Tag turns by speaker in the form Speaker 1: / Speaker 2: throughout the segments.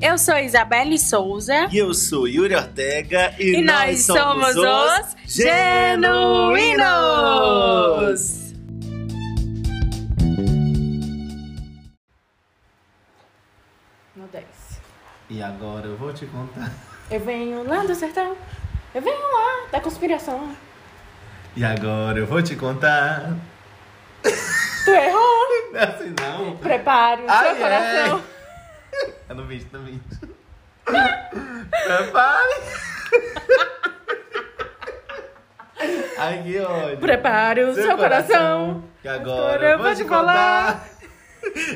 Speaker 1: Eu sou Isabelle Souza.
Speaker 2: E eu sou Yuri Ortega
Speaker 1: E, nós, somos os Genuínos! No 10.
Speaker 2: E agora eu vou te contar.
Speaker 1: Eu venho lá do sertão. Eu venho lá da conspiração.
Speaker 2: E agora eu vou te contar.
Speaker 1: Tu errou!
Speaker 2: Não é assim não.
Speaker 1: Prepare o
Speaker 2: Ai,
Speaker 1: seu coração.
Speaker 2: é. É no vídeo, no vídeo. Prepare. Ai, que ódio.
Speaker 1: Prepare o seu, coração.
Speaker 2: Que agora eu vou te contar.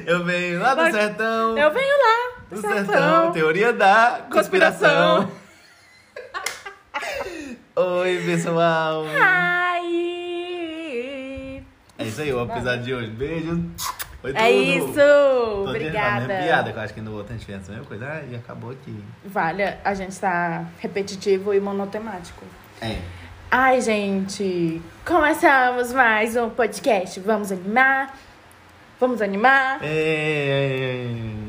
Speaker 2: Eu venho lá do
Speaker 1: Vai-
Speaker 2: sertão.
Speaker 1: Eu venho lá do
Speaker 2: Do
Speaker 1: sertão.
Speaker 2: sertão, teoria da
Speaker 1: Conspiração.
Speaker 2: conspiração. Oi, pessoal.
Speaker 1: Ai!
Speaker 2: É isso aí, o episódio de hoje. Beijo. Foi
Speaker 1: É
Speaker 2: tudo.
Speaker 1: isso!
Speaker 2: Tô
Speaker 1: Obrigada.
Speaker 2: terminando a mesma piada, que eu acho que no outro a gente fez a mesma coisa. Ah, e acabou aqui.
Speaker 1: Vale, a gente tá repetitivo e monotemático.
Speaker 2: É.
Speaker 1: Ai, gente, começamos mais um podcast. Vamos animar? Vamos animar?
Speaker 2: É.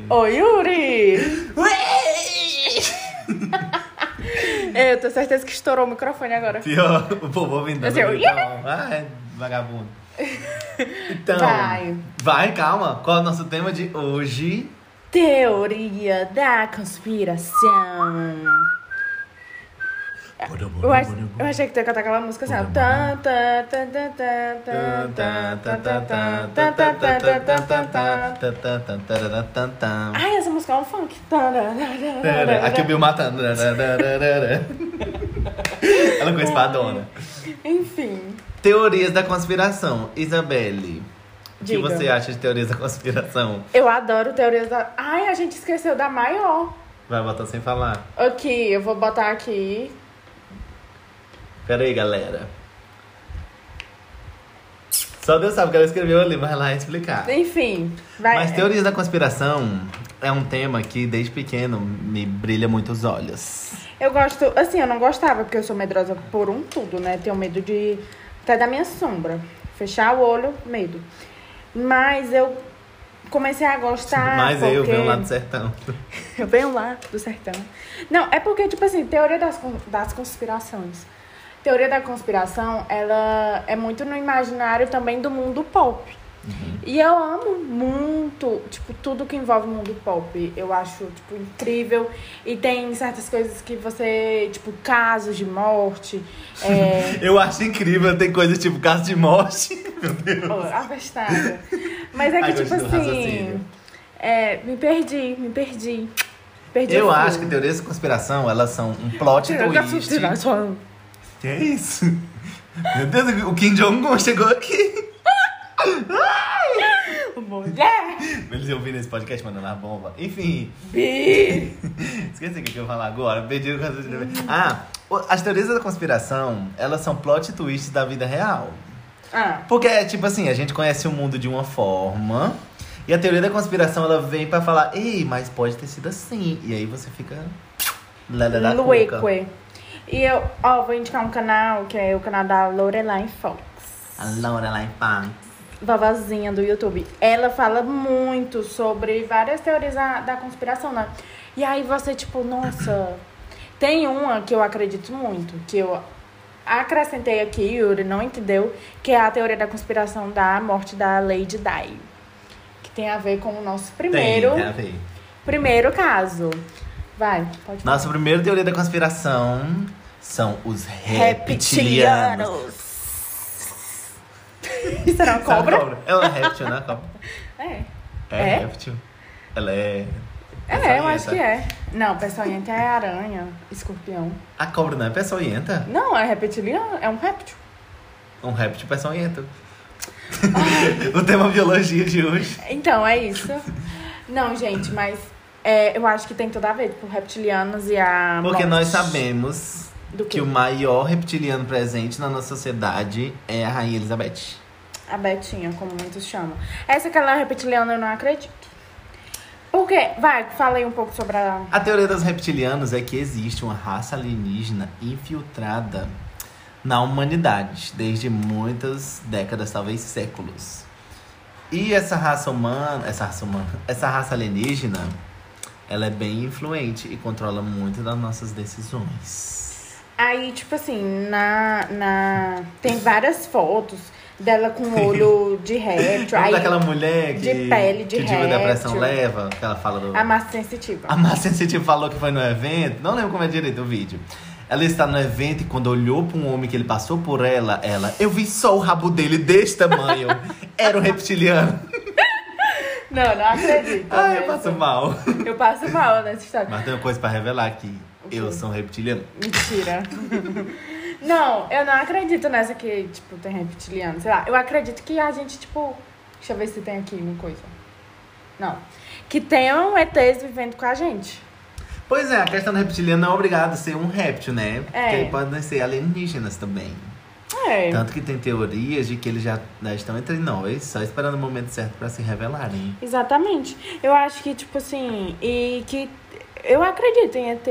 Speaker 1: Oi, Yuri! Eu tenho certeza que estourou o microfone agora.
Speaker 2: Pior, o povo ouvindo.
Speaker 1: Eu sei, eu-
Speaker 2: Então, Ah, é vagabundo. Então,
Speaker 1: Vai.
Speaker 2: vai, calma. Qual é o nosso tema de hoje?
Speaker 1: Teoria da conspiração. Eu, ach- eu achei que tu ia cantar aquela música assim, ó. Tan, tan, tan, tan, tan, tan, tan, tan, tan, tan, tan, tan, tan, tan, tan, tan. Ai, essa música é um funk.
Speaker 2: Pera, Aqui o Bill matando. Ela com a espadona.
Speaker 1: Enfim.
Speaker 2: Teorias da conspiração. Isabelle, o que
Speaker 1: Diga.
Speaker 2: você acha de teorias da conspiração?
Speaker 1: Eu adoro teorias da. Ai, a gente esqueceu da maior.
Speaker 2: Vai botar sem falar.
Speaker 1: Aqui, eu vou botar aqui.
Speaker 2: Pera aí, galera. Só Deus sabe o que ela escreveu ali, vai lá explicar.
Speaker 1: Enfim. Vai.
Speaker 2: Mas teorias da conspiração é um tema que desde pequeno me brilha muito os olhos.
Speaker 1: Eu gosto. Assim, eu não gostava, porque eu sou medrosa por um tudo, né? Tenho medo de. Até da minha sombra. Fechar o olho, medo. Mas eu comecei a gostar.
Speaker 2: Mas eu
Speaker 1: Ah, porque...
Speaker 2: venho lá do sertão.
Speaker 1: Eu venho lá do sertão. Não, é porque, tipo assim, teoria das, con- das conspirações. Teoria da conspiração, ela é muito no imaginário também do mundo pop.
Speaker 2: Uhum.
Speaker 1: E eu amo muito, tipo, tudo que envolve o mundo pop. Eu acho, tipo, incrível. E tem certas coisas que você, tipo, casos de morte. É...
Speaker 2: Eu acho incrível, tem coisa tipo caso de morte.
Speaker 1: oh, abestada. Mas é que,
Speaker 2: Ai,
Speaker 1: tipo
Speaker 2: gostei do
Speaker 1: assim.
Speaker 2: raciocínio.
Speaker 1: é, me perdi, me perdi. Perdi
Speaker 2: Eu
Speaker 1: o
Speaker 2: acho que
Speaker 1: fio.
Speaker 2: teorias da conspiração, elas são um plot twist. Que é isso? Meu Deus, o Kim Jong-un chegou aqui.
Speaker 1: Mulher!
Speaker 2: Eles ouviram esse podcast mandando a bomba. Enfim.
Speaker 1: Bi!
Speaker 2: Esqueci o que eu ia falar agora. Perdi o raciocínio. Ah, o- as teorias da conspiração, elas são plot twists da vida real.
Speaker 1: Ah,
Speaker 2: Porque é tipo assim, a gente conhece o mundo de uma forma. E a teoria da conspiração, ela vem pra falar, ei, mas pode ter sido assim. E aí você fica. lá, lá, lá, cuca.
Speaker 1: Lueque. E eu, ó, vou indicar um canal que é o canal da Lorelai Fox.
Speaker 2: A Laura lá em paz.
Speaker 1: Vovozinha do YouTube. Ela fala muito sobre várias teorias da, da conspiração, né? E aí você, tipo, nossa. Tem uma que eu acredito muito, que eu acrescentei aqui, Yuri não entendeu, que é a teoria da conspiração da morte da Lady Di. Que tem a ver com o nosso primeiro,
Speaker 2: Tem, né? tem a ver.
Speaker 1: primeiro caso. Vai, pode falar.
Speaker 2: Nossa primeira teoria da conspiração são os reptilianos.
Speaker 1: Isso era uma
Speaker 2: Sabe
Speaker 1: cobra?
Speaker 2: Ela é réptil, né? Cobra.
Speaker 1: É.
Speaker 2: É,
Speaker 1: É?
Speaker 2: réptil. Ela é.
Speaker 1: É, eu acho que é. Não, peçonhenta é aranha, escorpião.
Speaker 2: A cobra não é peçonhenta?
Speaker 1: Não, é reptiliano, é um réptil.
Speaker 2: Um réptil peçonhento. o tema biologia de hoje.
Speaker 1: Então, é isso. Não, gente, mas é, eu acho que tem tudo a ver, tipo, reptilianos e a.
Speaker 2: Porque
Speaker 1: morte.
Speaker 2: nós sabemos
Speaker 1: Do quê?
Speaker 2: que o maior reptiliano presente na nossa sociedade é a Rainha Elizabeth.
Speaker 1: A Betinha, como muitos chamam. Essa que ela é reptiliana, eu não acredito. Por quê? Vai, fala aí um pouco sobre a.
Speaker 2: A teoria dos reptilianos é que existe uma raça alienígena infiltrada na humanidade desde muitas décadas, talvez séculos. E essa raça humana, essa raça humana, essa raça alienígena, Ela é bem influente e controla muito das nossas decisões.
Speaker 1: Aí, tipo assim, na, na... tem várias fotos dela com o olho de réptil.
Speaker 2: Lembra
Speaker 1: aí,
Speaker 2: daquela mulher que.
Speaker 1: de pele de
Speaker 2: que diva da pressão
Speaker 1: réptil.
Speaker 2: leva? Que ela fala do.
Speaker 1: A massa sensitiva.
Speaker 2: A Márcia Sensitiva falou que foi no evento, não lembro como é direito o vídeo. Ela está no evento e quando olhou para um homem que ele passou por ela, ela, eu vi só o rabo dele desse tamanho. Era um reptiliano.
Speaker 1: Não, não acredito.
Speaker 2: Ai, eu
Speaker 1: né?
Speaker 2: passo mal.
Speaker 1: Eu passo mal nessa história.
Speaker 2: Mas tem uma coisa para revelar aqui. Eu sou um reptiliano.
Speaker 1: Mentira. não, eu não acredito nessa que, tipo, tem reptiliano. Sei lá, eu acredito que a gente, tipo. Deixa eu ver se tem aqui uma coisa. Não. Que tenham ETs vivendo com a gente.
Speaker 2: Pois é, a questão do reptiliano não é obrigado a ser um réptil, né? Porque
Speaker 1: É.
Speaker 2: ele podem ser alienígenas também.
Speaker 1: É.
Speaker 2: Tanto que tem teorias de que eles já, já estão entre nós, só esperando o momento certo para se revelarem.
Speaker 1: Exatamente. Eu acho que, tipo assim, e que eu acredito em ET.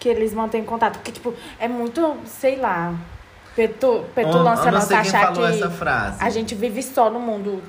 Speaker 1: Que eles mantêm contato. Porque, tipo, é muito, sei lá, petu, petulância
Speaker 2: Ah, eu não
Speaker 1: nossa
Speaker 2: sei quem
Speaker 1: tá achar que
Speaker 2: falou essa frase.
Speaker 1: a gente vive só no mundo,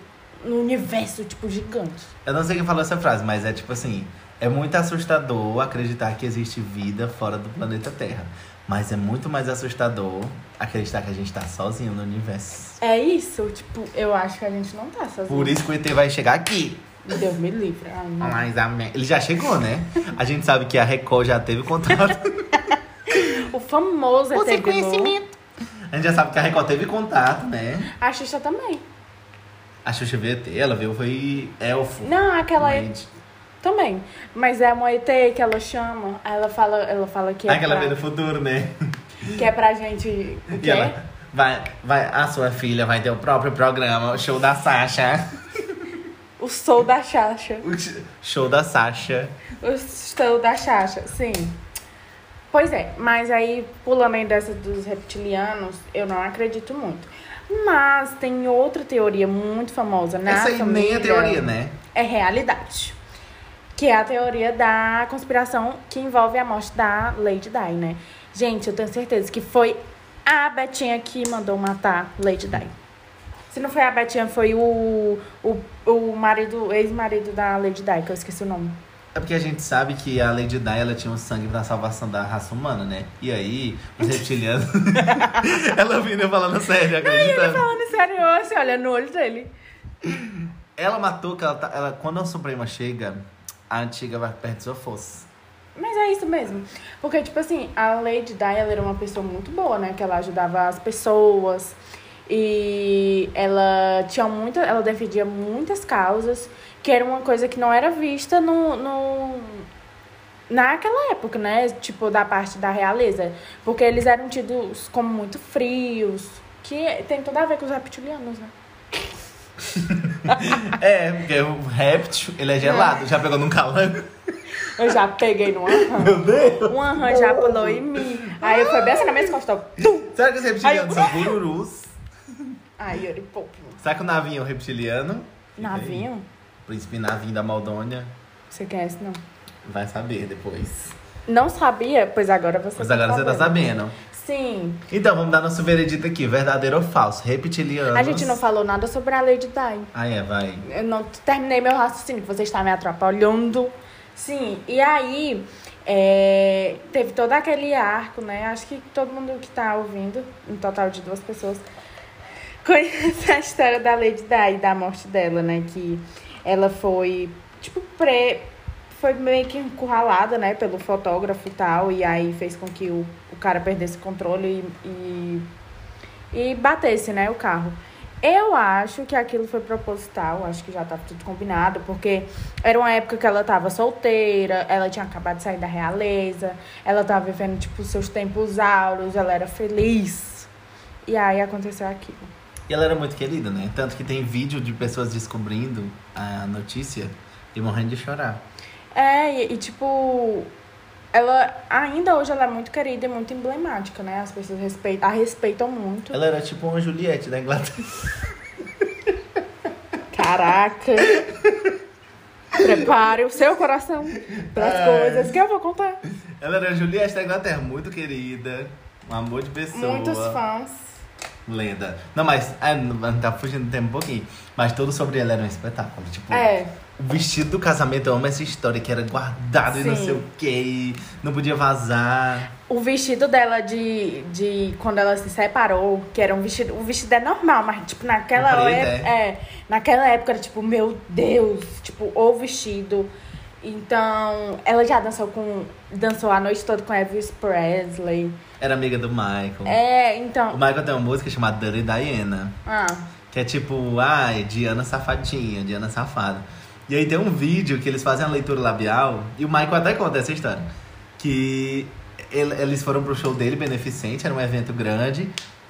Speaker 1: no universo, tipo, gigante.
Speaker 2: Eu não sei quem falou essa frase, mas é tipo assim: é muito assustador acreditar que existe vida fora do planeta Terra. Mas é muito mais assustador acreditar que a gente tá sozinho no universo.
Speaker 1: É isso, tipo, eu acho que a gente não tá sozinho.
Speaker 2: Por isso que o ET vai chegar aqui.
Speaker 1: Deus me livre. Ai, não.
Speaker 2: Mas a me- Ele já chegou, né? A gente sabe que a Record já teve contato.
Speaker 1: O famoso ET Bilu.
Speaker 2: A gente já sabe que a Record teve contato, né?
Speaker 1: A Xuxa também.
Speaker 2: A Xuxa veio ET, ela veio, foi elfo.
Speaker 1: Não, aquela é-
Speaker 2: Gente.
Speaker 1: também. Mas é uma ET que ela chama. Aí ela fala, ela fala que é,
Speaker 2: Ah, que ela
Speaker 1: pra,
Speaker 2: veio do futuro, né?
Speaker 1: que é pra gente... O
Speaker 2: E
Speaker 1: quê?
Speaker 2: ela vai, vai, a sua filha vai ter o próprio programa, o show da Sasha.
Speaker 1: O sol da Xaxa.
Speaker 2: O sh- Show da Sasha.
Speaker 1: O sol da Xaxa, sim. Pois é, mas aí, pulando aí dessa dos reptilianos, eu não acredito muito. Mas tem outra teoria muito famosa na
Speaker 2: Essa aí nem
Speaker 1: família.
Speaker 2: é teoria, né?
Speaker 1: é realidade. Que é a teoria da conspiração que envolve a morte da Lady Di, né? Gente, eu tenho certeza que foi a Betinha que mandou matar Lady Di. Se não foi a Betinha, foi o, o, o marido, o ex-marido da Lady Di, que eu esqueci o nome.
Speaker 2: É porque a gente sabe que a Lady Di, ela tinha um sangue pra salvação da raça humana, né? E aí, os reptilianos... ela vindo falando sério, acredita?
Speaker 1: Falando sério, você olha no olho dele.
Speaker 2: Ela matou, que ela, tá- ela- quando a Suprema chega, a antiga vai perto sua força.
Speaker 1: Mas é isso mesmo. Porque, tipo assim, a Lady Di, ela era uma pessoa muito boa, né? Que ela ajudava as pessoas. E ela tinha muita... Ela defendia muitas causas. Que era uma coisa que não era vista no... no naquela época, né? Tipo, da parte da realeza. Porque eles eram tidos como muito frios. Que tem tudo a ver com os reptilianos, né?
Speaker 2: É, porque o réptil, ele é gelado. Já pegou num calango?
Speaker 1: Eu já peguei numa rã.
Speaker 2: Meu Deus!
Speaker 1: Uma rã já pulou em mim. Aí eu fui bem assim na minha costas. Tum!
Speaker 2: Será que os reptilianos são bururus?
Speaker 1: Aí, Yuri, pouco.
Speaker 2: Será que o navinho é um reptiliano? Fica aí.
Speaker 1: Navinho?
Speaker 2: Príncipe navinho da Maldônia.
Speaker 1: Você conhece, não?
Speaker 2: Vai saber depois.
Speaker 1: Não sabia? Pois agora você
Speaker 2: Mas agora você tá sabendo.
Speaker 1: Sim.
Speaker 2: Então, vamos dar nosso veredito aqui. Verdadeiro ou falso? Reptilianos.
Speaker 1: A gente não falou nada sobre a Lady Di.
Speaker 2: Ah, é, vai.
Speaker 1: Eu não terminei meu raciocínio, que você está me atrapalhando. Sim, e aí é, teve todo aquele arco, né? Acho que todo mundo que tá ouvindo, um total de duas pessoas, conhece a história da Lady Di, da morte dela, né? Que ela foi, tipo, pré... Foi meio que encurralada, né, pelo fotógrafo e tal, e aí fez com que o, o cara perdesse o controle e, e, e batesse, né, o carro. Eu acho que aquilo foi proposital, acho que já tava tudo combinado, porque era uma época que ela tava solteira, ela tinha acabado de sair da realeza, ela tava vivendo, tipo, seus tempos auros, ela era feliz. E aí aconteceu aquilo.
Speaker 2: E ela era muito querida, né? Tanto que tem vídeo de pessoas descobrindo a notícia e morrendo de chorar.
Speaker 1: É, e, e, tipo, ela ainda hoje ela é muito querida e muito emblemática, né? As pessoas respeitam, a respeitam muito.
Speaker 2: Ela era tipo uma Juliette da Inglaterra.
Speaker 1: Caraca! Prepare o seu coração para as
Speaker 2: Ai.
Speaker 1: coisas que eu vou contar.
Speaker 2: Ela era a Juliette da Inglaterra, muito querida. Um amor de pessoa.
Speaker 1: Muitos fãs.
Speaker 2: Lenda. Não, mas é, não- tá fugindo do tempo um pouquinho. Mas tudo sobre ela era um espetáculo. Tipo,
Speaker 1: É,
Speaker 2: o vestido do casamento, eu amo essa história que era guardado e não
Speaker 1: Sim.
Speaker 2: sei o que, e não podia vazar.
Speaker 1: O vestido dela de, de quando ela se separou, que era um vestido. O vestido é normal, mas tipo, naquela
Speaker 2: Preto,
Speaker 1: época. É. naquela época era tipo, meu Deus, tipo, o vestido. Então, ela já dançou com. Dançou a noite toda com Elvis Presley.
Speaker 2: Era amiga do Michael.
Speaker 1: É,
Speaker 2: O
Speaker 1: então.
Speaker 2: Michael tem uma música chamada Dirty Diana.
Speaker 1: Ah,
Speaker 2: Que é tipo, ai, Diana safadinha, Diana safada. E aí tem um vídeo que eles fazem a leitura labial, e o Michael até conta essa história. Que ele- eles foram pro show dele, Beneficente, era um evento grande.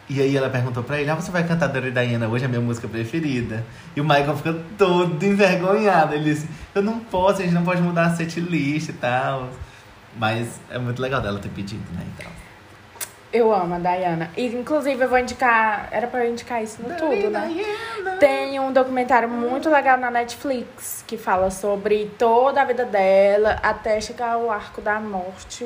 Speaker 2: E aí ela perguntou pra ele, ah, você vai cantar Dirty Diana hoje, é a minha música preferida. E o Michael ficou todo envergonhado. Ele disse, eu não posso, a gente não pode mudar a setlist e tal. Mas é muito legal dela ter pedido, né, e tal.
Speaker 1: eu amo a Diana. E, inclusive, eu vou indicar. Era pra eu indicar isso no tudo, né?
Speaker 2: Diana.
Speaker 1: Tem um documentário muito legal na Netflix que fala sobre toda a vida dela até chegar ao arco da morte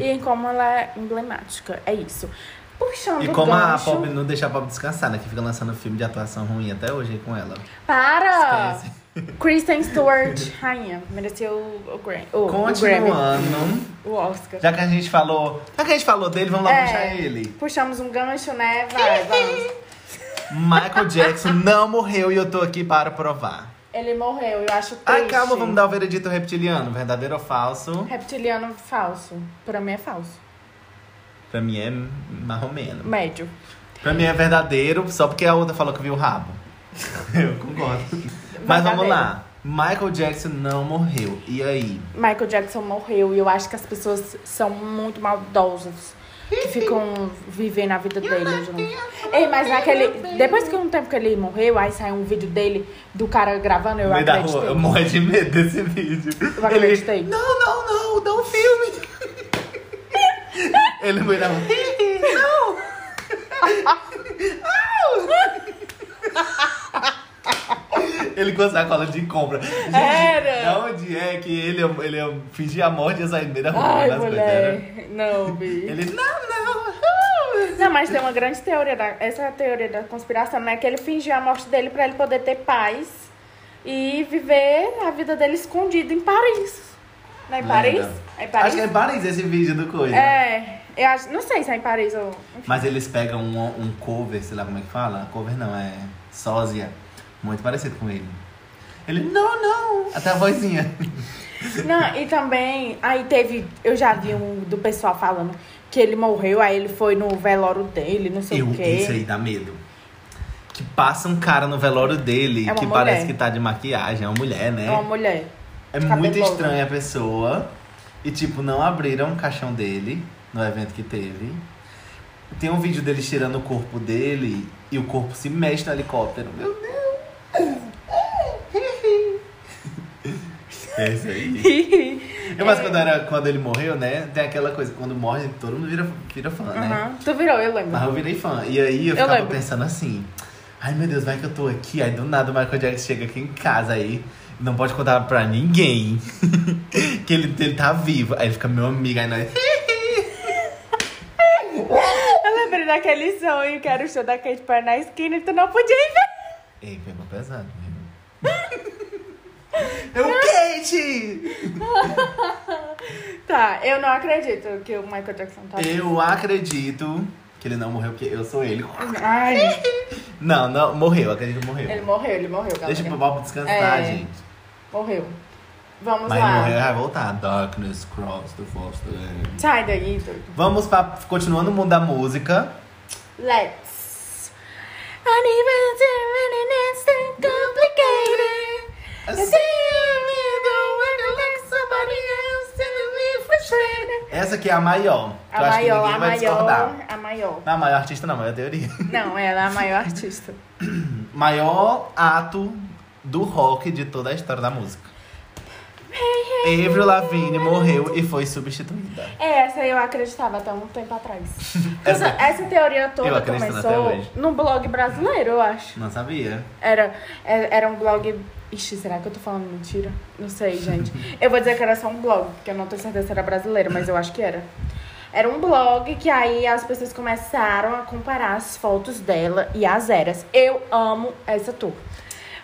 Speaker 1: e em como ela é emblemática. É isso. Puxando
Speaker 2: E
Speaker 1: o
Speaker 2: como a
Speaker 1: gancho,
Speaker 2: Pop não deixa a Pop descansar, né? Que fica lançando filme de atuação ruim até hoje aí com ela.
Speaker 1: para
Speaker 2: Esquece.
Speaker 1: Kristen Stewart, rainha, mereceu o, o, Gra- o, o Grammy,
Speaker 2: Continuando,
Speaker 1: o Oscar.
Speaker 2: um já que a gente falou. Já que a gente falou dele, vamos lá
Speaker 1: É.
Speaker 2: puxar ele.
Speaker 1: Puxamos um gancho, né? Vai, vamos.
Speaker 2: Michael Jackson não morreu e eu tô aqui para provar.
Speaker 1: Ele morreu, eu acho triste.
Speaker 2: Ai, calma, vamos dar o veredito reptiliano. Verdadeiro ou falso?
Speaker 1: Reptiliano falso. Pra mim é falso.
Speaker 2: Pra mim é marromeno.
Speaker 1: Médio.
Speaker 2: Pra mim é verdadeiro, só porque a outra falou que viu o rabo. Eu concordo. Mas vamos
Speaker 1: Verdadeiro.
Speaker 2: lá. Michael Jackson não morreu. E aí?
Speaker 1: Michael Jackson morreu e eu acho que as pessoas são muito maldosas que ficam vivendo a vida dele. junto. Ei, mas naquele. Depois que um tempo que ele morreu, aí saiu um vídeo dele do cara gravando, eu
Speaker 2: no meio da
Speaker 1: acreditei.
Speaker 2: rua. Eu morro de medo desse vídeo.
Speaker 1: Eu acreditei.
Speaker 2: Ele, não, não, não, dá um filme. Ele no meio da rua. Não! Ele com a sacola de compra. Gente,
Speaker 1: Era.
Speaker 2: Da onde é que ele, ele fingia a morte e ia sair no meio da rua?
Speaker 1: Ai,
Speaker 2: das coisas, né?
Speaker 1: mulher. Não, bi.
Speaker 2: Ele, não, não.
Speaker 1: Não, mas tem uma grande teoria. Da, essa é a teoria da conspiração, né? Que ele fingiu a morte dele pra ele poder ter paz e viver a vida dele escondido em Paris. Não é em Paris?
Speaker 2: Lenda.
Speaker 1: É em Paris?
Speaker 2: Acho que é em Paris esse vídeo do coisa.
Speaker 1: É, eu acho, não sei se é em Paris ou.
Speaker 2: Mas eles pegam um, um cover, sei lá como é que fala. Cover não, é sósia. Muito parecido com ele. Ele, não, não. Até a vozinha.
Speaker 1: Não, e também, aí teve, eu já vi um do pessoal falando que ele morreu, aí ele foi no velório dele, não sei
Speaker 2: Eu,
Speaker 1: o quê.
Speaker 2: isso aí dá medo. Que passa um cara no velório dele
Speaker 1: É uma
Speaker 2: que
Speaker 1: mulher.
Speaker 2: parece que tá de maquiagem. É uma mulher, né?
Speaker 1: É uma mulher.
Speaker 2: É
Speaker 1: Cabeludo.
Speaker 2: muito estranha a pessoa. E, tipo, não abriram o caixão dele no evento que teve. Tem um vídeo deles tirando o corpo dele e o corpo se mexe no helicóptero. Meu Deus! É isso aí. Eu,
Speaker 1: É,
Speaker 2: mas quando, era, quando ele morreu, né? Tem aquela coisa, quando morre, todo mundo vira, vira fã, né?
Speaker 1: Aham. Tu virou, eu lembro.
Speaker 2: Mas eu virei fã. E aí eu
Speaker 1: Eu
Speaker 2: ficava
Speaker 1: lembro.
Speaker 2: pensando assim: ai meu Deus, vai que eu tô aqui. Aí do nada o Michael Jackson chega aqui em casa aí. Não pode contar pra ninguém que ele, ele tá vivo. Aí ele fica meu amigo, aí nós.
Speaker 1: Eu lembrei daquele sonho que era o show da Kate Perry na esquina e tu não podia ir ver.
Speaker 2: Ei, pegou pesado mesmo. Eu, Kate!
Speaker 1: Tá, eu não acredito que o Michael Jackson tá.
Speaker 2: Eu acredito que ele não morreu, porque eu sou ele.
Speaker 1: Ai,
Speaker 2: Não, não, morreu, acredito que morreu.
Speaker 1: ele morreu, ele morreu, galera.
Speaker 2: Deixa o Bob descansar,
Speaker 1: É.
Speaker 2: gente.
Speaker 1: Morreu. Vamos
Speaker 2: Mas ele
Speaker 1: lá.
Speaker 2: morreu, é, vai voltar. Darkness cross the force.
Speaker 1: Sai daí, doido.
Speaker 2: Vamos pra, continuando o mundo da música.
Speaker 1: Let's. An even an instant complicated. I
Speaker 2: Assim.
Speaker 1: see me though when I like somebody else and I feel frustrated.
Speaker 2: Essa aqui é a maior. que eu
Speaker 1: A
Speaker 2: acho que
Speaker 1: maior,
Speaker 2: ninguém
Speaker 1: a
Speaker 2: vai discordar.
Speaker 1: maior, a maior.
Speaker 2: Não, a maior artista não, a maior teoria.
Speaker 1: Não, ela é a maior artista.
Speaker 2: Maior ato do rock de toda a história da música. Avril Lavigne morreu e foi substituída.
Speaker 1: É, Essa eu acreditava até um tempo atrás.
Speaker 2: Essa-
Speaker 1: Essa, essa teoria
Speaker 2: Eu
Speaker 1: toda
Speaker 2: acredito até
Speaker 1: começou
Speaker 2: hoje.
Speaker 1: no blog brasileiro, eu acho.
Speaker 2: Não sabia.
Speaker 1: Era, é- era um blog. Ixi, será que eu tô falando mentira? Não sei, gente. Eu vou dizer que era só um blog, porque eu não tenho certeza se era brasileiro, mas eu acho que era. Era um blog que aí as pessoas começaram a comparar as fotos dela e as eras. Eu amo essa tour.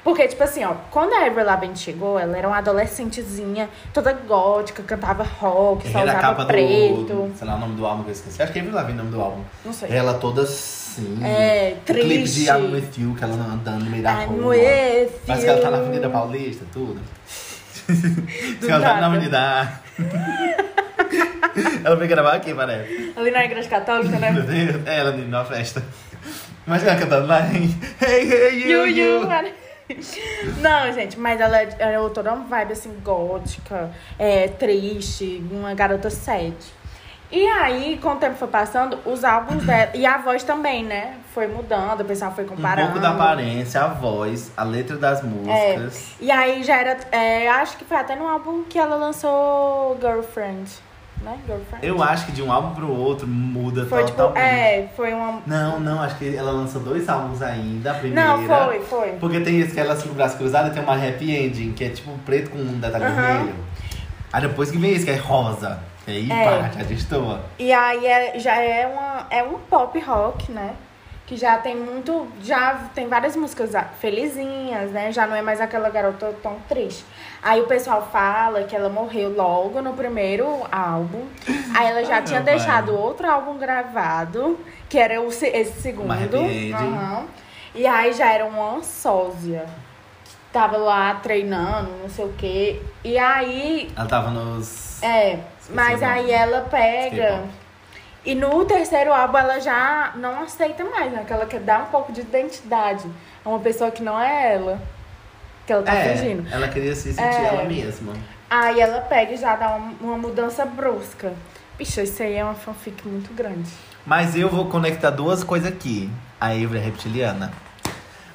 Speaker 1: Porque, tipo assim, ó, quando a Avril Lavigne chegou, ela era uma adolescentezinha, toda gótica, cantava rock, só
Speaker 2: Era a capa
Speaker 1: usava preto.
Speaker 2: do. Sei lá o nome do álbum que eu esqueci. Acho que ele lá vem o nome do álbum.
Speaker 1: Não sei.
Speaker 2: Ela toda assim.
Speaker 1: É,
Speaker 2: O Clipe
Speaker 1: triste.
Speaker 2: de I'm with you, que ela andando no meio da
Speaker 1: I'm
Speaker 2: rua.
Speaker 1: with
Speaker 2: Mas que ela tá na
Speaker 1: you.
Speaker 2: Avenida Paulista, tudo. Diz
Speaker 1: Do
Speaker 2: que ela tá
Speaker 1: nada.
Speaker 2: na Avenida. ela veio gravar aqui, parece.
Speaker 1: Ali na Igreja Católica, né?
Speaker 2: Meu Deus, é ela na festa. Mas ela cantando lá, hein? Hey, hey,
Speaker 1: you,
Speaker 2: you,
Speaker 1: you.
Speaker 2: you.
Speaker 1: Não, gente, mas ela era toda uma vibe assim, gótica, é, triste, uma garota sede. E aí, com o tempo foi passando, os álbuns dela. E a voz também, né? Foi mudando, o pessoal foi
Speaker 2: Um
Speaker 1: comparando.
Speaker 2: pouco da aparência, a voz, a letra das músicas.
Speaker 1: E aí já era. é, acho que foi até no álbum que ela lançou Girlfriend. Né? Girlfriend.
Speaker 2: Eu acho então, que de um álbum pro outro muda
Speaker 1: Foi tipo.
Speaker 2: totalmente.
Speaker 1: É, foi uma.
Speaker 2: Não, não, acho que ela lançou dois álbuns ainda, a primeira.
Speaker 1: Não, foi, foi.
Speaker 2: Porque tem esse que ela assim, com o braço cruzado e tem uma happy ending, que é tipo preto com um detalhe
Speaker 1: Aham.
Speaker 2: vermelho. Aí depois que vem esse, que é rosa. E aí,
Speaker 1: É.
Speaker 2: pá, já destoa.
Speaker 1: E aí é- já é, uma, é um pop rock, né? Que já tem muito. Já tem várias músicas a- felizinhas, né? Já não é mais aquela garota tão triste. Aí o pessoal fala que ela morreu logo no primeiro álbum. Aí ela já
Speaker 2: Ah,
Speaker 1: tinha
Speaker 2: meu pai.
Speaker 1: deixado outro álbum gravado, que era o, se- esse segundo.
Speaker 2: Uma happy ending.
Speaker 1: Aham. E aí já era uma sósia. que Tava lá treinando, não sei o quê. E aí
Speaker 2: Ela tava nos.
Speaker 1: é,
Speaker 2: Esqueci
Speaker 1: mas
Speaker 2: o nome.
Speaker 1: aí ela pega.
Speaker 2: Esqueci.
Speaker 1: E no terceiro álbum ela já não aceita mais, né? Que ela quer dar um pouco de identidade a uma pessoa que não é ela. Que ela tá
Speaker 2: é,
Speaker 1: fingindo.
Speaker 2: ela queria se sentir
Speaker 1: É.
Speaker 2: ela mesma.
Speaker 1: Aí ela pega e já dá uma, uma mudança brusca. Bicho, isso aí é uma fanfic muito grande.
Speaker 2: Mas eu vou conectar duas coisas aqui. A Ivra é reptiliana.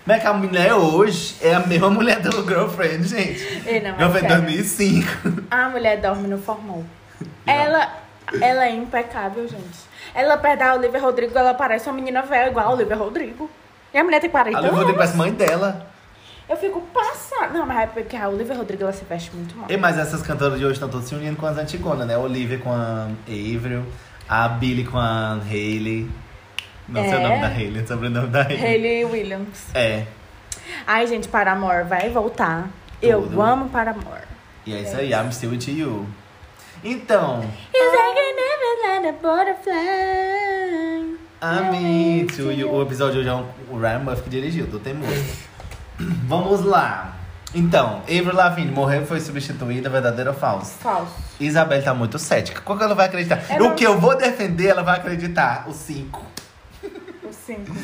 Speaker 2: Como é que a mulher hoje é a mesma mulher do Girlfriend, gente?
Speaker 1: Ei, não, é
Speaker 2: Girlfriend
Speaker 1: sério.
Speaker 2: 2005.
Speaker 1: A mulher dorme no formal. Ela, ela é impecável, gente. Ela perde a Olivia Rodrigo, ela parece uma menina velha, igual a Olivia Rodrigo. E a mulher tem 40
Speaker 2: A Lu
Speaker 1: anos.
Speaker 2: vou ter pra mãe dela.
Speaker 1: Eu fico passada. Não, mas é porque a Olivia Rodrigo ela se veste muito mal.
Speaker 2: E mas essas cantoras de hoje estão todas se unindo com as antigonas, né? A Olivia com a Avril, a Billy com a Hailey. Não sei o
Speaker 1: É.
Speaker 2: nome da Hailey, é o sobrenome da Hailey.
Speaker 1: Hayley Williams.
Speaker 2: É.
Speaker 1: Ai, gente, Paramore vai voltar. Eu
Speaker 2: Tudo.
Speaker 1: amo Paramore.
Speaker 2: E é isso aí, I'm still with you. Então,
Speaker 1: It's like I never let a butterfly.
Speaker 2: Amém. O episódio hoje é um, o Ryan Murphy que dirigiu, do Temor. Vamos lá. Então, Avril Lavigne morreu, foi substituída, verdadeira ou falsa?
Speaker 1: Falso.
Speaker 2: Isabel tá muito cética. Qual que ela vai acreditar?
Speaker 1: Ela-
Speaker 2: O que eu vou defender, ela vai acreditar. O 5.
Speaker 1: O 5.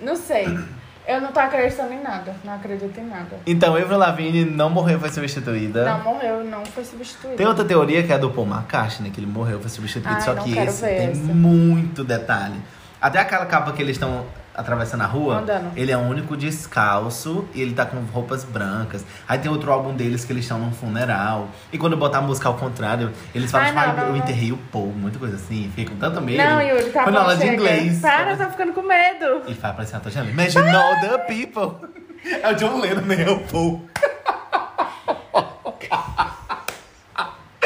Speaker 1: Não sei. Eu não tô acreditando em nada. Não acredito em nada.
Speaker 2: Então, Avril Lavigne não morreu, foi substituída.
Speaker 1: Não, morreu, não foi substituído.
Speaker 2: É? Tem outra teoria que é a do Paul McCartney, que ele morreu, foi substituído.
Speaker 1: Ai,
Speaker 2: só
Speaker 1: não
Speaker 2: que
Speaker 1: quero
Speaker 2: esse
Speaker 1: ver
Speaker 2: tem
Speaker 1: essa.
Speaker 2: muito detalhe. Até aquela capa que eles estão atravessando a rua,
Speaker 1: Andando.
Speaker 2: ele é o único descalço e ele tá com roupas brancas. Aí tem outro álbum deles que eles estão num funeral. E quando botar a música ao contrário, eles falam,
Speaker 1: Ai,
Speaker 2: tipo,
Speaker 1: não,
Speaker 2: "Ah,
Speaker 1: não,
Speaker 2: eu
Speaker 1: não."
Speaker 2: enterrei o Paul, muita coisa assim. Fica com tanto medo.
Speaker 1: Não, Yuri, tá
Speaker 2: Foi
Speaker 1: bom,
Speaker 2: na aula de
Speaker 1: chega.
Speaker 2: inglês.
Speaker 1: Para, tá ficando com medo.
Speaker 2: E fala pra assim, "Ah, essa Angela, imagine all the people. É o John Lennon, né? É o Paul.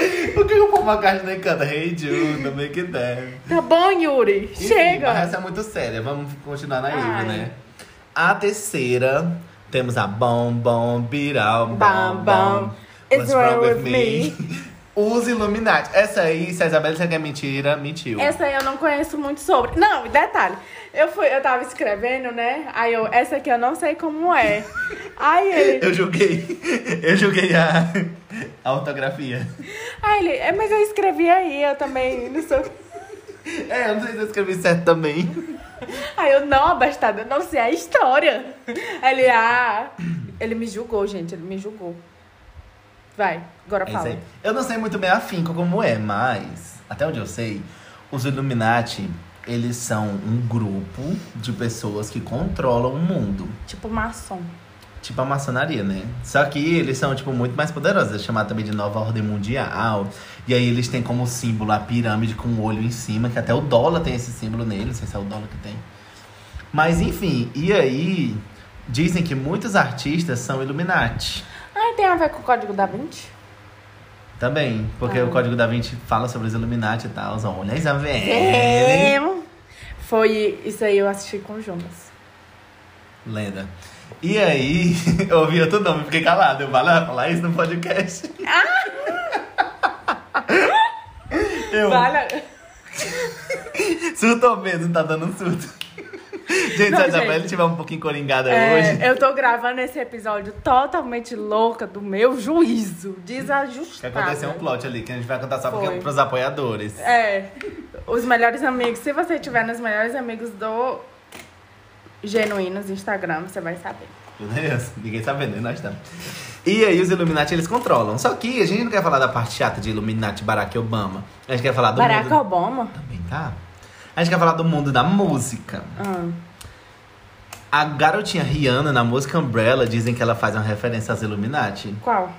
Speaker 2: o que o Paul McCartney canta? Hey Jude, no Make It Down.
Speaker 1: Tá bom, Yuri.
Speaker 2: Enfim,
Speaker 1: Chega.
Speaker 2: Mas essa é muito séria, vamos continuar na
Speaker 1: Ai.
Speaker 2: Ivy, né? A terceira, temos a Bom Bom Biral
Speaker 1: Bom,
Speaker 2: Bom
Speaker 1: bom.
Speaker 2: Bom.
Speaker 1: It's wrong with me.
Speaker 2: Os Illuminati. Essa aí, se a Isabela disser que é mentira, mentiu.
Speaker 1: Essa aí eu não conheço muito sobre. Não, e detalhe. Eu fui, eu tava escrevendo, né? Aí eu, essa aqui eu não sei como é. Aí ele,
Speaker 2: Eu julguei. Eu julguei a, a ortografia.
Speaker 1: aí ele, é, mas eu escrevi aí, eu também, não sei. o quê."
Speaker 2: É, eu não sei se eu escrevi certo também.
Speaker 1: Aí eu, não, abastada, eu não sei a história. Aí ele, ah, ele me julgou, gente, ele me julgou. Vai, agora
Speaker 2: É isso
Speaker 1: fala.
Speaker 2: aí. Eu não sei muito bem a finca como é, mas até onde eu sei, os Illuminati, eles são um grupo de pessoas que controlam o mundo.
Speaker 1: Tipo maçom.
Speaker 2: Tipo a maçonaria, né? Só que eles são, tipo, muito mais poderosos. É chamado também de Nova Ordem Mundial. E aí eles têm como símbolo a pirâmide com o olho em cima, que até o dólar tem esse símbolo nele. Não sei se é o dólar que tem. Mas enfim, e aí dizem que muitos artistas são Illuminati.
Speaker 1: Ai, tem a ver com o código da 20?
Speaker 2: Também, porque
Speaker 1: Ah.
Speaker 2: o Código da Vinci fala sobre os Illuminati e tal. São olha a
Speaker 1: É.
Speaker 2: Isabelle.
Speaker 1: Foi isso aí, eu assisti com o Jonas.
Speaker 2: Lenda. E aí, eu ouvi outro nome, fiquei calado. Eu falei, ah, falar isso no podcast. eu,
Speaker 1: Fala.
Speaker 2: surto ou mesmo, tá dando um surto. Gente,
Speaker 1: Não,
Speaker 2: se a Isabelle
Speaker 1: gente.
Speaker 2: tiver um pouquinho coringada
Speaker 1: É,
Speaker 2: hoje,
Speaker 1: eu tô gravando esse episódio totalmente louca do meu juízo,
Speaker 2: que
Speaker 1: desajustado.
Speaker 2: aconteceu um plot ali, que a gente vai contar só
Speaker 1: Foi.
Speaker 2: porque, pros apoiadores.
Speaker 1: É, os melhores amigos, se você tiver nos melhores amigos do Genuínos Instagram, você vai saber.
Speaker 2: Meu Deus, ninguém tá vendo, nós estamos. E aí os Illuminati, eles controlam. Só que a gente não quer falar da parte chata de Illuminati Barack Obama. A gente quer falar do
Speaker 1: Barack
Speaker 2: mundo...
Speaker 1: Obama?
Speaker 2: Também tá? A gente quer falar do mundo da música.
Speaker 1: Ah,
Speaker 2: A garotinha Rihanna, na música Umbrella, dizem que ela faz uma referência aos Illuminati.
Speaker 1: qual?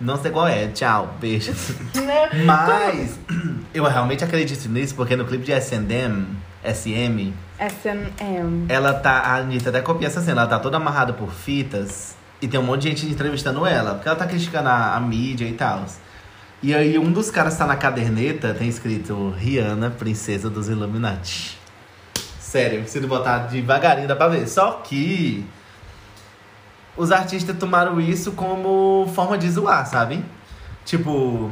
Speaker 2: Não sei qual é, tchau, beijo. Né? Mas eu realmente acredito nisso, porque no clipe de S&M, SM,
Speaker 1: SM.
Speaker 2: Ela tá. A Anitta até copia essa cena. Ela tá toda amarrada por fitas. E tem um monte de gente entrevistando ela. Porque ela tá criticando a, a mídia e tal. E aí um dos caras tá na caderneta, tem escrito Rihanna, princesa dos Illuminati. Sério, preciso botar devagarinho, dá pra ver. Só que os artistas tomaram isso como forma de zoar, sabe? Tipo,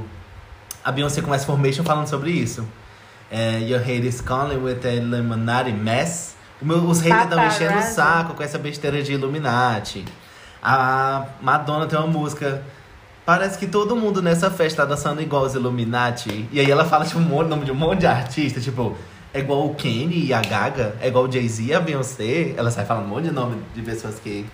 Speaker 2: a Beyoncé começa Formation falando sobre isso. É, Your hate is calling with a Illuminati mess. O meu- os haters estão enchendo o
Speaker 1: Paparazzo.
Speaker 2: saco com essa besteira de Illuminati. A Madonna tem uma música. Parece que todo mundo nessa festa tá dançando igual os Illuminati. E aí ela fala tipo, um monte, nome de um monte de artista, tipo, é igual o Kenny e a Gaga, é igual o Jay-Z e a Beyoncé. Ela sai falando um monte de nome de pessoas que.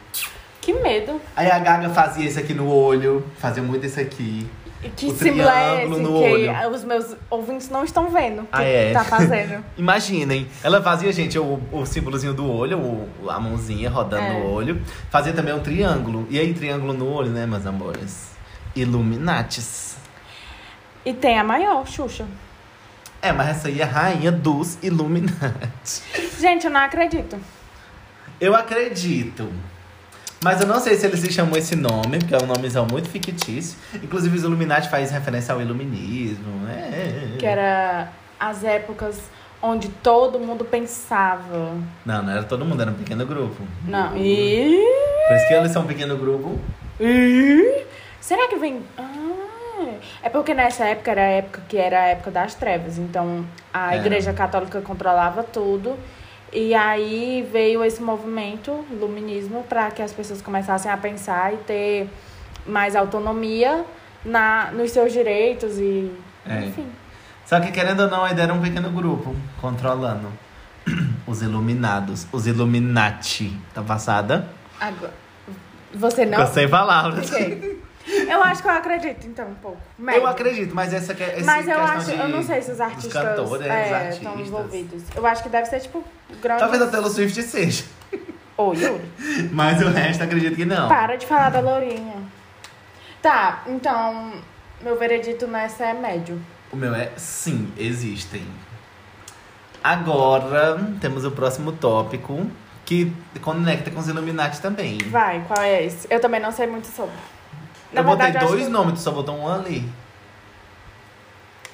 Speaker 1: Que medo.
Speaker 2: Aí a Gaga fazia esse aqui no olho, fazia muito esse aqui.
Speaker 1: E Que
Speaker 2: O
Speaker 1: símbolo é
Speaker 2: triângulo
Speaker 1: esse
Speaker 2: no
Speaker 1: que
Speaker 2: olho.
Speaker 1: os meus ouvintes não estão vendo? Que
Speaker 2: Ah, é.
Speaker 1: Tá fazendo.
Speaker 2: Imaginem, ela fazia, gente, o, o símbolozinho do olho, o- a mãozinha rodando
Speaker 1: É.
Speaker 2: o olho. Fazia também um triângulo. E aí, triângulo no olho, né, meus amores? Illuminatis.
Speaker 1: E tem a maior, Xuxa.
Speaker 2: É, mas essa aí é a rainha dos Illuminati.
Speaker 1: Gente, eu não acredito.
Speaker 2: Eu acredito. Mas eu não sei se eles se chamam esse nome, porque é um nomezão muito fictício. Inclusive, os Illuminati faz referência ao iluminismo. É.
Speaker 1: Que era as épocas onde todo mundo pensava.
Speaker 2: Não, não era todo mundo, era um pequeno grupo.
Speaker 1: Não. E.
Speaker 2: Por isso que eles são um pequeno grupo.
Speaker 1: e- Será que vem. Ah, é porque nessa época era a época que era a época das trevas. Então a
Speaker 2: É.
Speaker 1: Igreja Católica controlava tudo. E aí veio esse movimento, iluminismo, para que as pessoas começassem a pensar e ter mais autonomia na, nos seus direitos e.
Speaker 2: É.
Speaker 1: Enfim.
Speaker 2: Só que, querendo ou não, ainda era um pequeno grupo controlando os iluminados. Os Illuminati. Tá passada?
Speaker 1: Agora. Você não.
Speaker 2: Ficou sem palavras.
Speaker 1: Fiquei. Eu acho que eu acredito, então, um pouco.
Speaker 2: Eu
Speaker 1: Médio.
Speaker 2: acredito, mas essa que é- esse
Speaker 1: Mas eu
Speaker 2: questão
Speaker 1: acho,
Speaker 2: de-
Speaker 1: eu não sei se os
Speaker 2: dos
Speaker 1: artistas
Speaker 2: cantores,
Speaker 1: é,
Speaker 2: dos artistas.
Speaker 1: estão envolvidos. Eu acho que deve ser tipo grande.
Speaker 2: Talvez a Taylor Swift seja.
Speaker 1: Ô, Yuri,
Speaker 2: Mas o resto acredito que não.
Speaker 1: para de falar da Lourinha. Tá, então, meu veredito nessa é médio.
Speaker 2: O meu é sim, existem. Agora temos o próximo tópico que conecta com os Illuminati também.
Speaker 1: Vai, qual é esse? Eu também não sei muito sobre. Na
Speaker 2: eu botei
Speaker 1: verdade, acho
Speaker 2: dois
Speaker 1: que-
Speaker 2: nomes, tu só botou um ali.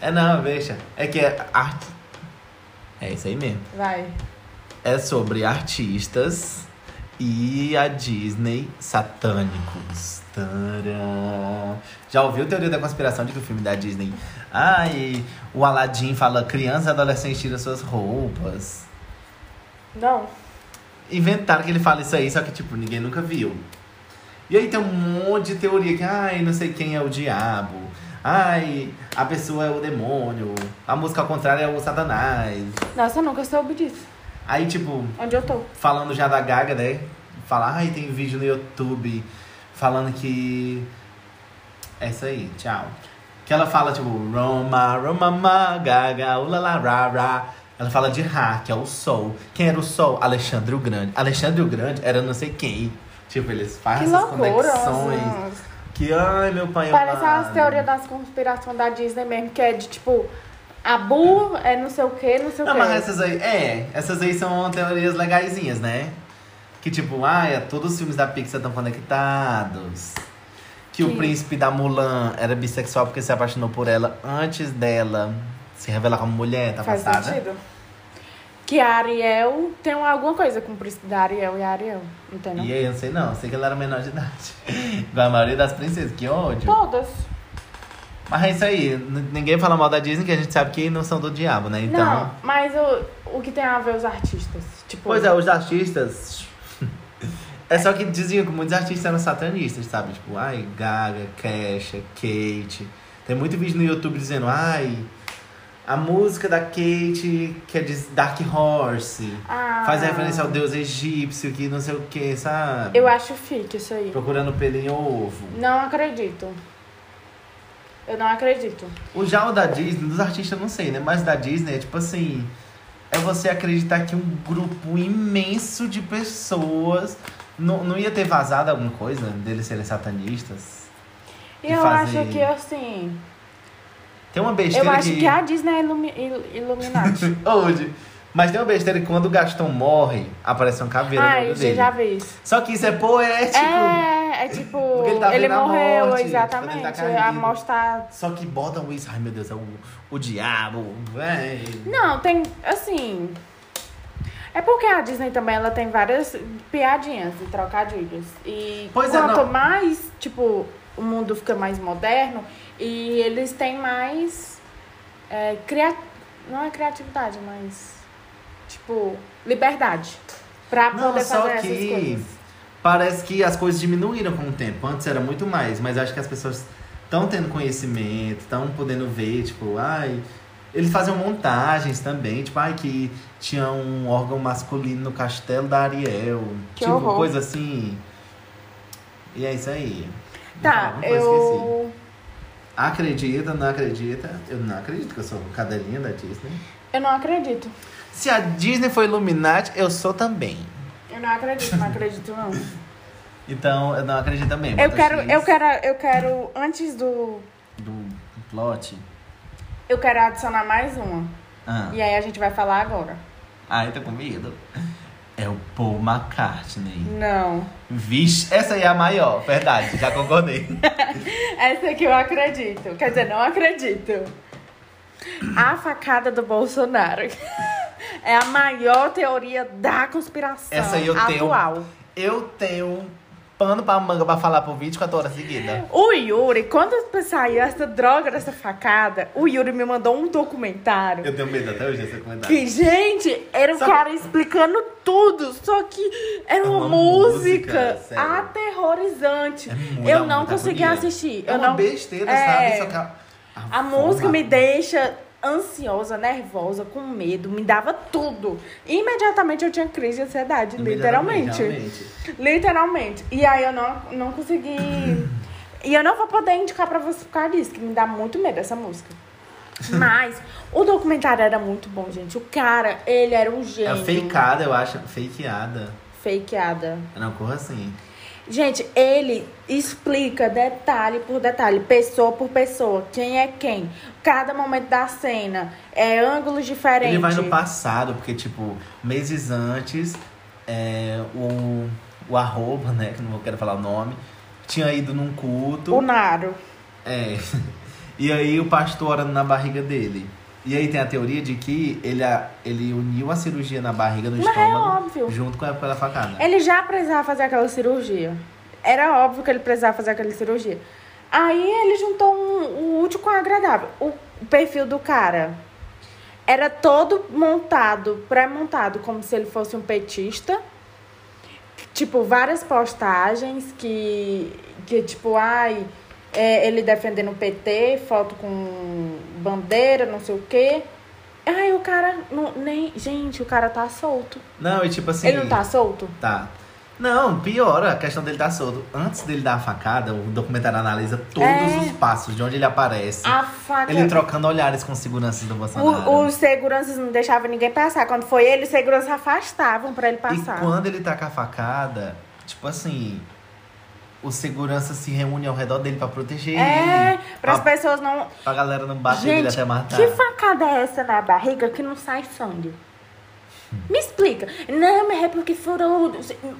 Speaker 2: É não, deixa. É que é arte. É isso aí mesmo.
Speaker 1: Vai.
Speaker 2: É sobre artistas e a Disney satânicos. Tcharam. Já ouviu a teoria da conspiração de que o filme da Disney? Ai, o Aladdin fala criança e adolescente tira suas roupas.
Speaker 1: Não.
Speaker 2: Inventaram que ele fala isso aí, só que, tipo, ninguém nunca viu. E aí tem um monte de teoria que, ai, não sei quem é o diabo. Ai, a pessoa é o demônio. A música ao contrário é o satanás.
Speaker 1: Nossa, eu nunca soube disso.
Speaker 2: Aí, tipo,
Speaker 1: Onde eu tô?
Speaker 2: falando já da Gaga, né? Falar, ai, tem vídeo no YouTube falando que. É isso aí, tchau. Que ela fala, tipo, Roma, Roma, ma, Gaga, ulala, ra, ra. Ela fala de Ra, que é o Sol. Quem era o Sol? Alexandre o Grande. Alexandre o Grande era não sei quem. Tipo, eles
Speaker 1: que
Speaker 2: fazem essas
Speaker 1: loucura.
Speaker 2: conexões.
Speaker 1: assim.
Speaker 2: Que, ai, meu pai é
Speaker 1: Parece as
Speaker 2: amado.
Speaker 1: teorias das conspirações da Disney mesmo, que é de tipo, a Bu é não sei o que, não sei o
Speaker 2: Não,
Speaker 1: que.
Speaker 2: mas essas aí, é, essas aí são teorias legaisinhas, né? Que tipo, ah, é, todos os filmes da Pixar estão conectados. Que, o
Speaker 1: Que-
Speaker 2: príncipe da Mulan era bissexual porque se apaixonou por ela antes dela se revelar como mulher, tá
Speaker 1: Faz
Speaker 2: passada?
Speaker 1: sentido. Que a Ariel tem alguma coisa com o príncipe da Ariel e a Ariel, não tem não?
Speaker 2: E aí, eu não sei não, eu sei que ela era menor de idade. Igual a maioria das princesas, que ódio.
Speaker 1: Todas.
Speaker 2: Mas é isso aí, n- ninguém fala mal da Disney, que a gente sabe que não são do diabo, né? Então.
Speaker 1: Não, mas o, o que tem a ver os artistas? Tipo,
Speaker 2: Pois é, os artistas. É só que diziam que muitos artistas eram satanistas, sabe? Tipo, ai, Gaga, Kesha, Kate. Tem muito vídeo no YouTube dizendo, ai, a música da Kate que é de Dark Horse.
Speaker 1: ah,
Speaker 2: Faz referência ao deus egípcio, que não sei o que, sabe?
Speaker 1: Eu acho fique isso aí.
Speaker 2: Procurando pelo em ovo.
Speaker 1: Não acredito. Eu não acredito.
Speaker 2: O já o da Disney, dos artistas eu não sei, né? Mas da Disney é tipo assim. É você acreditar que um grupo imenso de pessoas. Não, não ia ter vazado alguma coisa deles serem satanistas?
Speaker 1: E
Speaker 2: E
Speaker 1: eu
Speaker 2: fazer-
Speaker 1: acho que, assim...
Speaker 2: Tem uma
Speaker 1: Eu
Speaker 2: besteira
Speaker 1: acho que a Disney é ilumi... il- Illuminati.
Speaker 2: Hoje. Mas tem uma besteira que quando o Gastão morre, aparece uma caveira no
Speaker 1: Ai,
Speaker 2: olho
Speaker 1: gente,
Speaker 2: dele.
Speaker 1: já vi Ah, isso.
Speaker 2: Só que isso é poético.
Speaker 1: É, é tipo...
Speaker 2: Porque ele tá vendo a
Speaker 1: morreu,
Speaker 2: morte, quando ele
Speaker 1: exatamente.
Speaker 2: tá caindo.
Speaker 1: a morte tá
Speaker 2: Só que botam isso. Ai, meu Deus, é o, o diabo. Véi.
Speaker 1: Não, tem, assim... É porque a Disney também, ela tem várias piadinhas e trocadilhos. E
Speaker 2: Pois é,
Speaker 1: quanto
Speaker 2: não.
Speaker 1: mais, tipo, o mundo fica mais moderno e eles têm mais... É, cria... Não é criatividade, mas... Tipo, liberdade. Pra
Speaker 2: Não,
Speaker 1: poder
Speaker 2: só
Speaker 1: fazer essas
Speaker 2: que-
Speaker 1: coisas.
Speaker 2: Parece que as coisas diminuíram com o tempo. Antes era muito mais, mas acho que as pessoas estão tendo conhecimento, estão podendo ver, tipo, ai. Eles faziam montagens também, tipo, ai, que tinha um órgão masculino no castelo da Ariel.
Speaker 1: Que
Speaker 2: tipo,
Speaker 1: horror.
Speaker 2: coisa assim. E é isso aí. Então,
Speaker 1: Tá,
Speaker 2: Alguma coisa esqueci.
Speaker 1: eu...
Speaker 2: Acredita, não acredita? Eu não acredito que eu sou um cadelinha da Disney.
Speaker 1: Eu não acredito.
Speaker 2: Se a Disney foi Illuminati, eu sou também.
Speaker 1: Eu não acredito, não acredito não.
Speaker 2: Então, eu não acredito também.
Speaker 1: Eu
Speaker 2: Bota
Speaker 1: quero,
Speaker 2: X
Speaker 1: eu quero, eu quero, antes do...
Speaker 2: Do plot.
Speaker 1: Eu quero adicionar mais uma.
Speaker 2: Ah.
Speaker 1: E aí a gente vai falar agora.
Speaker 2: Ai, tô com medo. É o Paul McCartney.
Speaker 1: Não.
Speaker 2: Vixe, essa aí é a maior, verdade, já concordei.
Speaker 1: Essa aqui eu acredito. Quer dizer, não acredito. A facada do Bolsonaro. É a maior teoria da conspiração
Speaker 2: Essa aí eu tenho.
Speaker 1: atual.
Speaker 2: Eu tenho um pano pra manga pra falar por 24 horas seguidas.
Speaker 1: O Yuri, quando saiu essa droga dessa facada, o Yuri me mandou um documentário.
Speaker 2: Eu tenho medo até hoje desse comentário.
Speaker 1: Que, gente, era um
Speaker 2: Tá. Só- É
Speaker 1: cara explicando tudo, só que era uma,
Speaker 2: Uma
Speaker 1: música,
Speaker 2: música, sério.
Speaker 1: aterrorizante.
Speaker 2: É muita,
Speaker 1: eu não
Speaker 2: muita
Speaker 1: consegui
Speaker 2: agonia.
Speaker 1: assistir.
Speaker 2: É
Speaker 1: eu
Speaker 2: uma
Speaker 1: não...
Speaker 2: besteira,
Speaker 1: É.
Speaker 2: sabe? Só que a, a
Speaker 1: A música
Speaker 2: forma-
Speaker 1: me deixa ansiosa, nervosa, com medo, me dava tudo. Imediatamente eu tinha crise de ansiedade,
Speaker 2: Imediatamente,
Speaker 1: literalmente. Literalmente. E aí eu não, não consegui. e eu não vou poder indicar pra você por causa disso, que me dá muito medo essa música. Mas o documentário era muito bom, gente. O cara, ele era um
Speaker 2: É
Speaker 1: gênio.
Speaker 2: fakeada, eu acho. Fakeada.
Speaker 1: Fakeada.
Speaker 2: Não, corra assim.
Speaker 1: Gente, ele explica detalhe por detalhe, pessoa por pessoa, quem é quem, cada momento da cena, é ângulos diferentes.
Speaker 2: Ele vai no passado, porque, tipo, meses antes, é, o, o arroba, né? Que não vou- quero falar o nome, tinha ido num culto.
Speaker 1: O Naro.
Speaker 2: É. E aí o pastor orando na barriga dele. E aí tem a teoria de que ele, a- ele uniu a cirurgia na barriga, no
Speaker 1: Mas é
Speaker 2: estômago,
Speaker 1: óbvio.
Speaker 2: junto com a pela facada.
Speaker 1: Ele já precisava fazer aquela cirurgia. Era óbvio que ele precisava fazer aquela cirurgia. Aí ele juntou um, um útil com o agradável. O, o perfil do cara era todo montado, pré-montado, como se ele fosse um petista. Tipo, várias postagens que, que tipo, ai, é, ele defendendo o PT, foto com bandeira, não sei o quê. Ai, o cara, não, nem. Gente, o cara tá solto.
Speaker 2: Não, e tipo assim.
Speaker 1: Ele não tá solto?
Speaker 2: Tá. Não, piora, a questão dele tá solto. Antes dele dar a facada, o documentário analisa todos
Speaker 1: É. Ah,
Speaker 2: os passos de onde ele aparece.
Speaker 1: A faca.
Speaker 2: Ele trocando olhares com seguranças do Bolsonaro.
Speaker 1: O- os seguranças não deixavam ninguém passar. Quando foi ele, os seguranças afastavam pra ele
Speaker 2: E
Speaker 1: passar.
Speaker 2: quando ele tá com a facada, tipo assim, o segurança se reúne ao redor dele pra proteger
Speaker 1: É,
Speaker 2: ele. Tá.
Speaker 1: para as
Speaker 2: Pra,
Speaker 1: pessoas não.
Speaker 2: pra galera não bater
Speaker 1: Gente,
Speaker 2: ele até matar.
Speaker 1: que facada é essa na barriga que não sai sangue? Me explica. Não, mas é porque furou.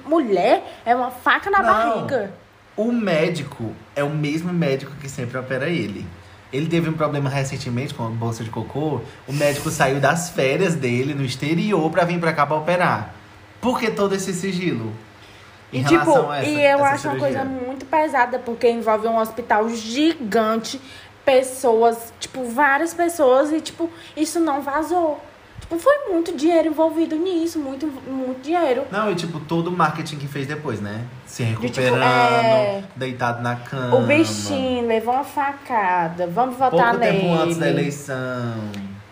Speaker 1: Mulher é uma faca na
Speaker 2: Não.
Speaker 1: barriga.
Speaker 2: O médico é o mesmo médico que sempre opera ele. Ele teve um problema recentemente com a bolsa de cocô. O médico saiu das férias dele no exterior pra vir pra cá pra operar. Por que todo esse sigilo? Em
Speaker 1: E tipo,
Speaker 2: relação a essa-
Speaker 1: e eu
Speaker 2: essa
Speaker 1: acho uma
Speaker 2: cirurgia?
Speaker 1: coisa muito pesada, porque envolve um hospital gigante, pessoas, tipo, várias pessoas, e tipo, isso não vazou. Tipo, foi muito dinheiro envolvido nisso, muito, muito dinheiro.
Speaker 2: Não, e tipo, todo o marketing que fez depois, né? Se
Speaker 1: tipo,
Speaker 2: recuperando,
Speaker 1: é.
Speaker 2: deitado na cama.
Speaker 1: O bichinho levou uma facada, vamos votar
Speaker 2: Pouco
Speaker 1: nele.
Speaker 2: tempo antes da eleição.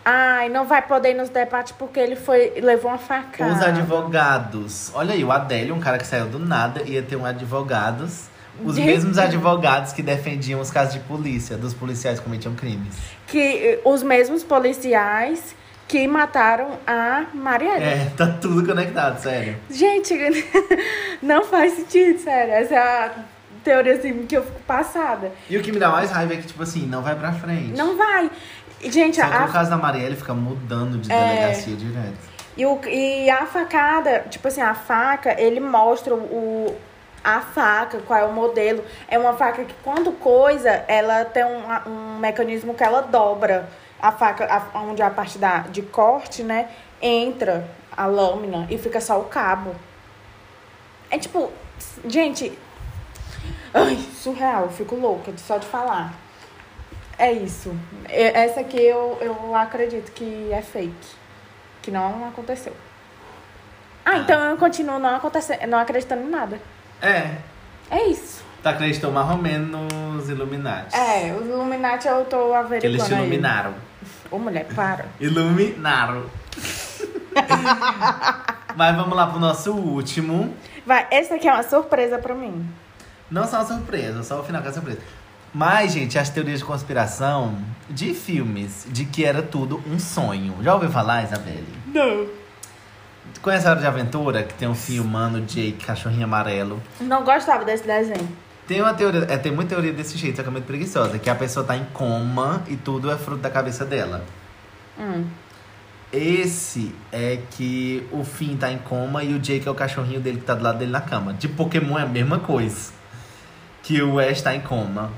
Speaker 1: Ai, não vai poder ir nos debates porque ele foi levou uma facada.
Speaker 2: Os advogados. Olha aí, o Adélio, um cara que saiu do nada, ia ter um advogados. Os
Speaker 1: De-
Speaker 2: mesmos advogados que defendiam os casos de polícia, dos policiais que cometiam crimes.
Speaker 1: Que eh, os mesmos policiais que mataram a Marielle.
Speaker 2: É, tá tudo conectado, sério.
Speaker 1: Gente, não faz sentido, sério. Essa é a teoria assim, que eu fico passada.
Speaker 2: E o que me dá mais raiva é que, tipo assim, não vai pra frente.
Speaker 1: Não vai. E, Gente,
Speaker 2: Só que
Speaker 1: a,
Speaker 2: o caso da Marielle fica mudando de
Speaker 1: É.
Speaker 2: delegacia direto.
Speaker 1: e, o- e a facada, tipo assim, a faca, ele mostra o, a faca, qual é o modelo. É uma faca que, quando coisa, ela tem um, um mecanismo que ela dobra. A faca, a- onde a parte da, de corte, né, entra a lâmina e fica só o cabo. É tipo, gente. Ai, surreal, eu fico louca de- só de falar. É isso. E- Essa aqui eu, eu acredito que é fake. Que não aconteceu. Ah, então eu continuo não, acontece, não acreditando em nada.
Speaker 2: É,
Speaker 1: É isso.
Speaker 2: tá acreditando mais ou menos nos Illuminati.
Speaker 1: É, os Illuminati eu tô
Speaker 2: Que
Speaker 1: averiguando.
Speaker 2: eles te
Speaker 1: aí.
Speaker 2: iluminaram.
Speaker 1: Ô, mulher, para.
Speaker 2: Iluminaram. Mas vamos lá pro nosso último.
Speaker 1: Vai, essa aqui é uma surpresa pra mim.
Speaker 2: Não só a surpresa, só o final que é a surpresa. Mas, gente, as teorias de conspiração de filmes, de que era tudo um sonho. Já ouviu falar, Isabelle?
Speaker 1: Não.
Speaker 2: Conhece a Hora de Aventura, que tem um filmando Jake, cachorrinho amarelo.
Speaker 1: Não gostava desse desenho.
Speaker 2: Tem uma teoria, é, tem muita teoria desse jeito, só que é muito preguiçosa, que a pessoa tá em coma e tudo é fruto da cabeça dela.
Speaker 1: Hum.
Speaker 2: Esse é que o Finn tá em coma e o Jake é o cachorrinho dele que tá do lado dele na cama. De Pokémon é a mesma coisa. Que o Ash tá em coma.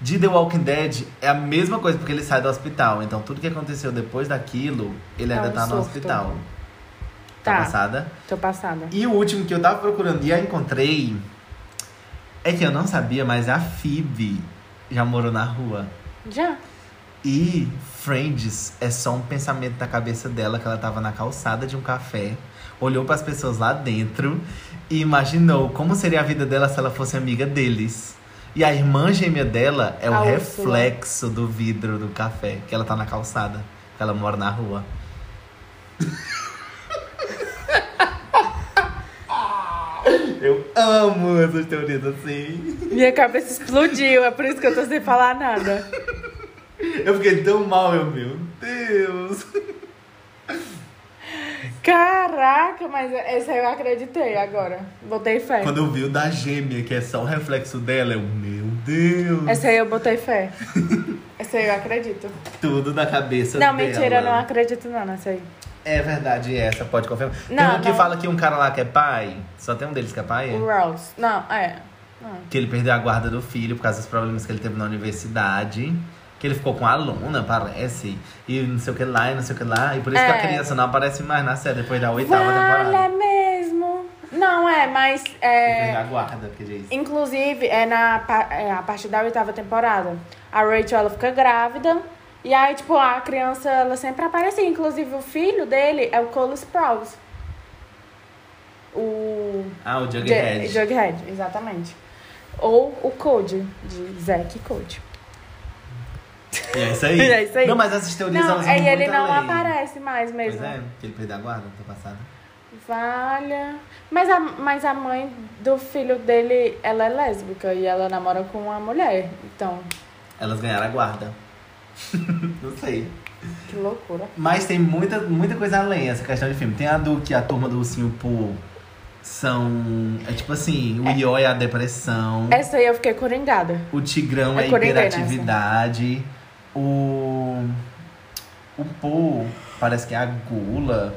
Speaker 2: De The Walking Dead é a mesma coisa, porque ele sai do hospital. Então tudo que aconteceu depois daquilo, ele
Speaker 1: É
Speaker 2: ainda
Speaker 1: um
Speaker 2: tá no
Speaker 1: surto.
Speaker 2: hospital. Tá
Speaker 1: Tá,
Speaker 2: passada?
Speaker 1: tô passada.
Speaker 2: E o último que eu tava procurando e a encontrei é que eu não sabia, mas a Phoebe já morou na rua.
Speaker 1: Já?
Speaker 2: E Friends é só um pensamento da cabeça dela que ela tava na calçada de um café, olhou pras pessoas lá dentro e imaginou como seria a vida dela se ela fosse amiga deles. E a irmã gêmea dela é o
Speaker 1: A Úrsula.
Speaker 2: reflexo do vidro do café, que ela tá na calçada, que ela mora na rua. Eu amo essas teorias assim.
Speaker 1: Minha cabeça explodiu, é por isso que eu tô sem falar nada.
Speaker 2: Eu fiquei tão mal, eu, meu Deus.
Speaker 1: Caraca, mas essa eu acreditei agora. Botei fé.
Speaker 2: Quando eu vi o da gêmea, que é só o reflexo dela, eu, meu Deus.
Speaker 1: Essa aí eu botei fé. Essa aí eu acredito.
Speaker 2: Tudo da cabeça
Speaker 1: não, né?
Speaker 2: dela.
Speaker 1: mentira, eu não acredito não nessa aí.
Speaker 2: É verdade, essa pode confirmar.
Speaker 1: Não,
Speaker 2: tem um que
Speaker 1: não.
Speaker 2: fala que um cara lá que é pai, só tem um deles que é pai,
Speaker 1: O
Speaker 2: é?
Speaker 1: Rose. Não, é. Não.
Speaker 2: que ele perdeu a guarda do filho por causa dos problemas que ele teve na universidade. Que ele ficou com a aluna, parece. E não sei o que lá, e não sei o que lá. E por isso que a
Speaker 1: É.
Speaker 2: criança não aparece mais na série depois da oitava
Speaker 1: Vale, é
Speaker 2: temporada.
Speaker 1: mesmo. Não, é, mas...
Speaker 2: Ele
Speaker 1: É...
Speaker 2: perdeu a guarda, porque diz.
Speaker 1: Inclusive, é, na, pa- é a partir da oitava temporada. A Rachel, ela fica grávida. E aí, tipo, a criança, ela sempre aparece. Inclusive, o filho dele é o Cole Sprouse. O...
Speaker 2: Ah, o
Speaker 1: Ja-
Speaker 2: Jughead.
Speaker 1: Jughead, exatamente. Ou o Code, de Zack e Code.
Speaker 2: E é isso aí.
Speaker 1: É isso aí.
Speaker 2: Não, mas essas teorias
Speaker 1: Não,
Speaker 2: elas vão
Speaker 1: aí ele
Speaker 2: muito
Speaker 1: não
Speaker 2: além.
Speaker 1: aparece mais mesmo.
Speaker 2: Pois é, que ele perdeu a guarda no ano passado.
Speaker 1: Valha. Mas a, mas a mãe do filho dele, ela é lésbica e ela namora com uma mulher. Então,
Speaker 2: Elas ganharam a guarda. Não sei.
Speaker 1: que loucura.
Speaker 2: Mas tem muita, muita coisa além essa questão de filme. Tem a do que a turma do ursinho Poo são. É tipo assim, o Ió é a depressão,
Speaker 1: Essa aí eu fiquei coringada.
Speaker 2: o Tigrão é,
Speaker 1: É
Speaker 2: a
Speaker 1: coordenada.
Speaker 2: hiperatividade, o. O Poo parece que é a gula.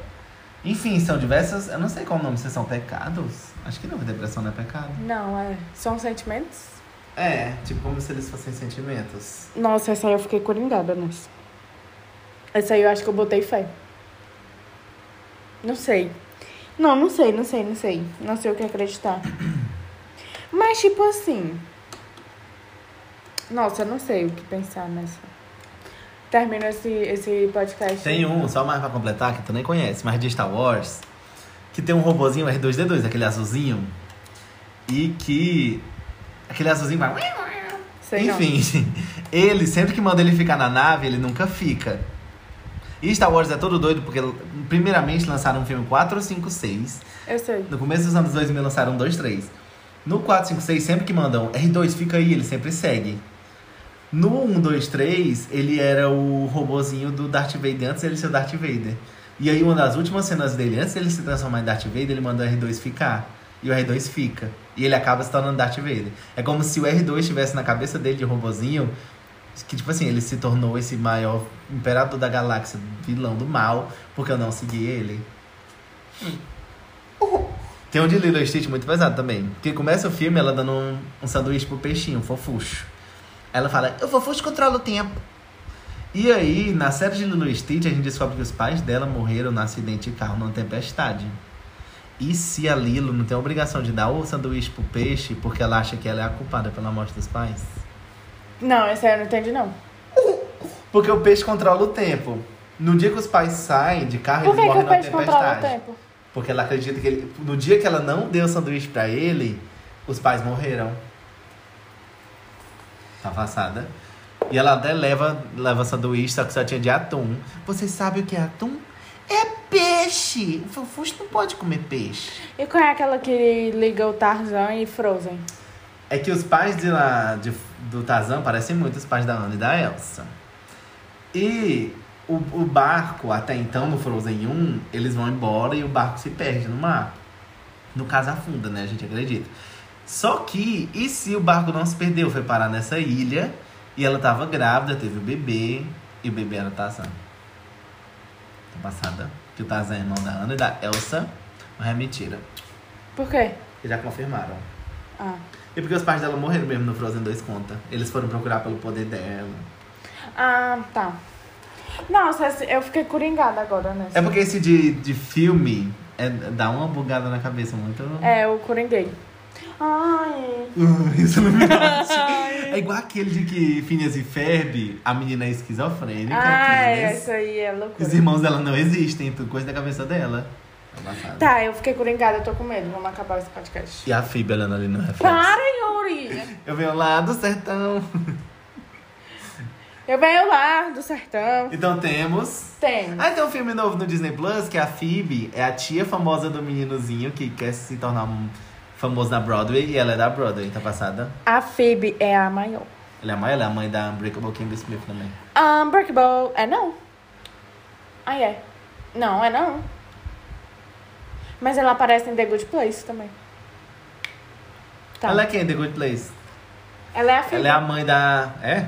Speaker 2: Enfim, são diversas. Eu não sei qual o nome, se são pecados? Acho que não, depressão não é pecado.
Speaker 1: Não, é. São sentimentos?
Speaker 2: É, tipo como se eles fossem sentimentos.
Speaker 1: Nossa, essa aí eu fiquei coringada nessa. Essa aí eu acho que eu botei fé. Não sei. Não, não sei, não sei, não sei. Não sei o que acreditar. Mas, tipo assim. Nossa, eu não sei o que pensar nessa. Termino esse, esse podcast.
Speaker 2: Tem um, só mais pra completar, que tu nem conhece, mas de Star Wars, que tem um robozinho R2-D2, aquele azulzinho, e que... Aquele azulzinho vai...
Speaker 1: Sei não.
Speaker 2: Enfim, ele, sempre que manda ele ficar na nave, ele nunca fica. E Star Wars é todo doido, porque primeiramente lançaram um filme 4, 5, 6.
Speaker 1: Eu sei.
Speaker 2: No começo dos anos 2000 lançaram um 2, 3. No 4, 5, 6, sempre que mandam R2, fica aí, ele sempre segue. No 1, 2, 3, ele era o robozinho do Darth Vader, antes ele ser o Darth Vader. E aí, uma das últimas cenas dele, antes dele se transformar em Darth Vader, ele manda o R2 ficar. E o R2 fica. E ele acaba se tornando Darth Vader. É como se o R2 estivesse na cabeça dele de robozinho, que tipo assim, ele se tornou esse maior imperador da galáxia, vilão do mal, porque eu não segui ele. Tem um de Lilo e Stitch muito pesado também. Porque começa o filme ela dando um, um sanduíche pro peixinho, um fofuxo. Ela fala, eu fofuxo controla o tempo. E aí, na série de Lilo e Stitch, a gente descobre que os pais dela morreram no acidente de carro numa tempestade. E se a Lilo não tem a obrigação de dar o sanduíche pro peixe porque ela acha que ela é a culpada pela morte dos pais?
Speaker 1: Não, essa aí eu não entendi, não.
Speaker 2: Porque o peixe controla o tempo. No dia que os pais saem de carro,
Speaker 1: Por
Speaker 2: eles
Speaker 1: que, que o
Speaker 2: morrem na
Speaker 1: peixe controla o
Speaker 2: tempestade.
Speaker 1: tempo?
Speaker 2: Porque ela acredita que ele. No dia que ela não deu o sanduíche pra ele, os pais morreram. Tá passada. E ela até leva, leva sanduíche, só que só tinha de atum. Você sabe o que é atum? É peixe! O Fofuxo não pode comer peixe.
Speaker 1: E qual é aquela que liga o Tarzan e Frozen?
Speaker 2: É que os pais de lá, de- do Tarzan parecem muito os pais da Anne e da Elsa. E o, o barco, até então, no Frozen 1, eles vão embora e o barco se perde no mar. No caso, afunda, né? A gente acredita. Só que, e se o barco não se perdeu? Foi parar nessa ilha e ela tava grávida, teve o bebê e o bebê era o Tarzan. Tô passada. Que o Tarzan é irmão da Anne e da Elsa. Mas é mentira.
Speaker 1: Por quê?
Speaker 2: Já confirmaram.
Speaker 1: Ah.
Speaker 2: E porque os pais dela morreram mesmo no Frozen 2 conta. Eles foram procurar pelo poder dela.
Speaker 1: Ah, tá. Nossa, essa- eu fiquei coringada agora né? nessa.
Speaker 2: É porque esse de, de filme é, dá uma bugada na cabeça muito.
Speaker 1: É, eu coringuei. Ai.
Speaker 2: Isso é não me
Speaker 1: Ai.
Speaker 2: É igual aquele de que Phineas e Ferb, a menina é esquizofrênica.
Speaker 1: Ai,
Speaker 2: Phineas.
Speaker 1: isso aí Ah, é loucura.
Speaker 2: Os irmãos dela não existem, tudo coisa da cabeça dela. É embaçado.
Speaker 1: Tá, eu fiquei coringada, eu tô com medo. Vamos acabar esse podcast.
Speaker 2: E a Phoebe olhando ali no
Speaker 1: Tá.
Speaker 2: reflexo.
Speaker 1: Para, Yuri!
Speaker 2: Eu venho lá do sertão.
Speaker 1: Eu venho lá do sertão.
Speaker 2: Então temos
Speaker 1: Tem.
Speaker 2: Aí tem um filme novo no Disney Plus que a Phoebe é a tia famosa do meninozinho que quer se tornar um famoso na Broadway e ela é da Broadway, tá passada?
Speaker 1: A Phoebe é a maior.
Speaker 2: Ela é a mãe, ela é a mãe da Unbreakable Kimberly Smith também.
Speaker 1: Unbreakable é não. Ah, é. Não, é não. Mas ela aparece em The Good Place também. Tá.
Speaker 2: Ela é quem? The Good Place.
Speaker 1: Ela é a Phoebe.
Speaker 2: Ela é a mãe da. É?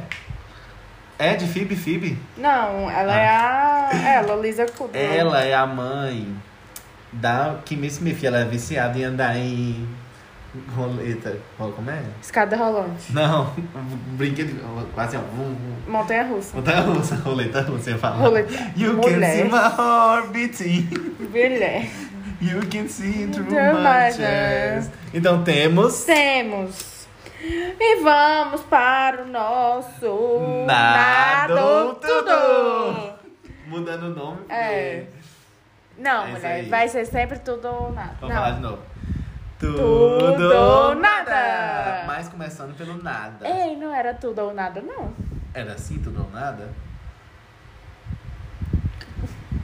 Speaker 2: É de Phoebe, Phoebe?
Speaker 1: Não, ela é a... Ela, Lisa Kudrow.
Speaker 2: Ah. Ela é a mãe da Kimberly Smith. Ela é viciada em andar em. Roleta. Como é?
Speaker 1: Escada rolante.
Speaker 2: Não, um brinquedo. Quase ó. vum, vum.
Speaker 1: Montanha-russa.
Speaker 2: Roleta russa, roleta russa, eu falo.
Speaker 1: Roleta.
Speaker 2: You
Speaker 1: Mulher.
Speaker 2: can see my heart beating.
Speaker 1: Mulher.
Speaker 2: You can see through
Speaker 1: Through
Speaker 2: my
Speaker 1: my né?
Speaker 2: chest. Então temos.
Speaker 1: Temos. E vamos para o nosso...
Speaker 2: Nada ou
Speaker 1: Tudo.
Speaker 2: Mudando o nome. porque-
Speaker 1: É. Não,
Speaker 2: É isso
Speaker 1: mulher.
Speaker 2: aí.
Speaker 1: Vai ser sempre tudo ou nada.
Speaker 2: Vamos
Speaker 1: Não.
Speaker 2: falar de novo. Tudo,
Speaker 1: Tudo
Speaker 2: ou
Speaker 1: nada. É.
Speaker 2: Mas começando pelo nada.
Speaker 1: Ei, não era tudo ou nada, não.
Speaker 2: Era assim, tudo ou nada?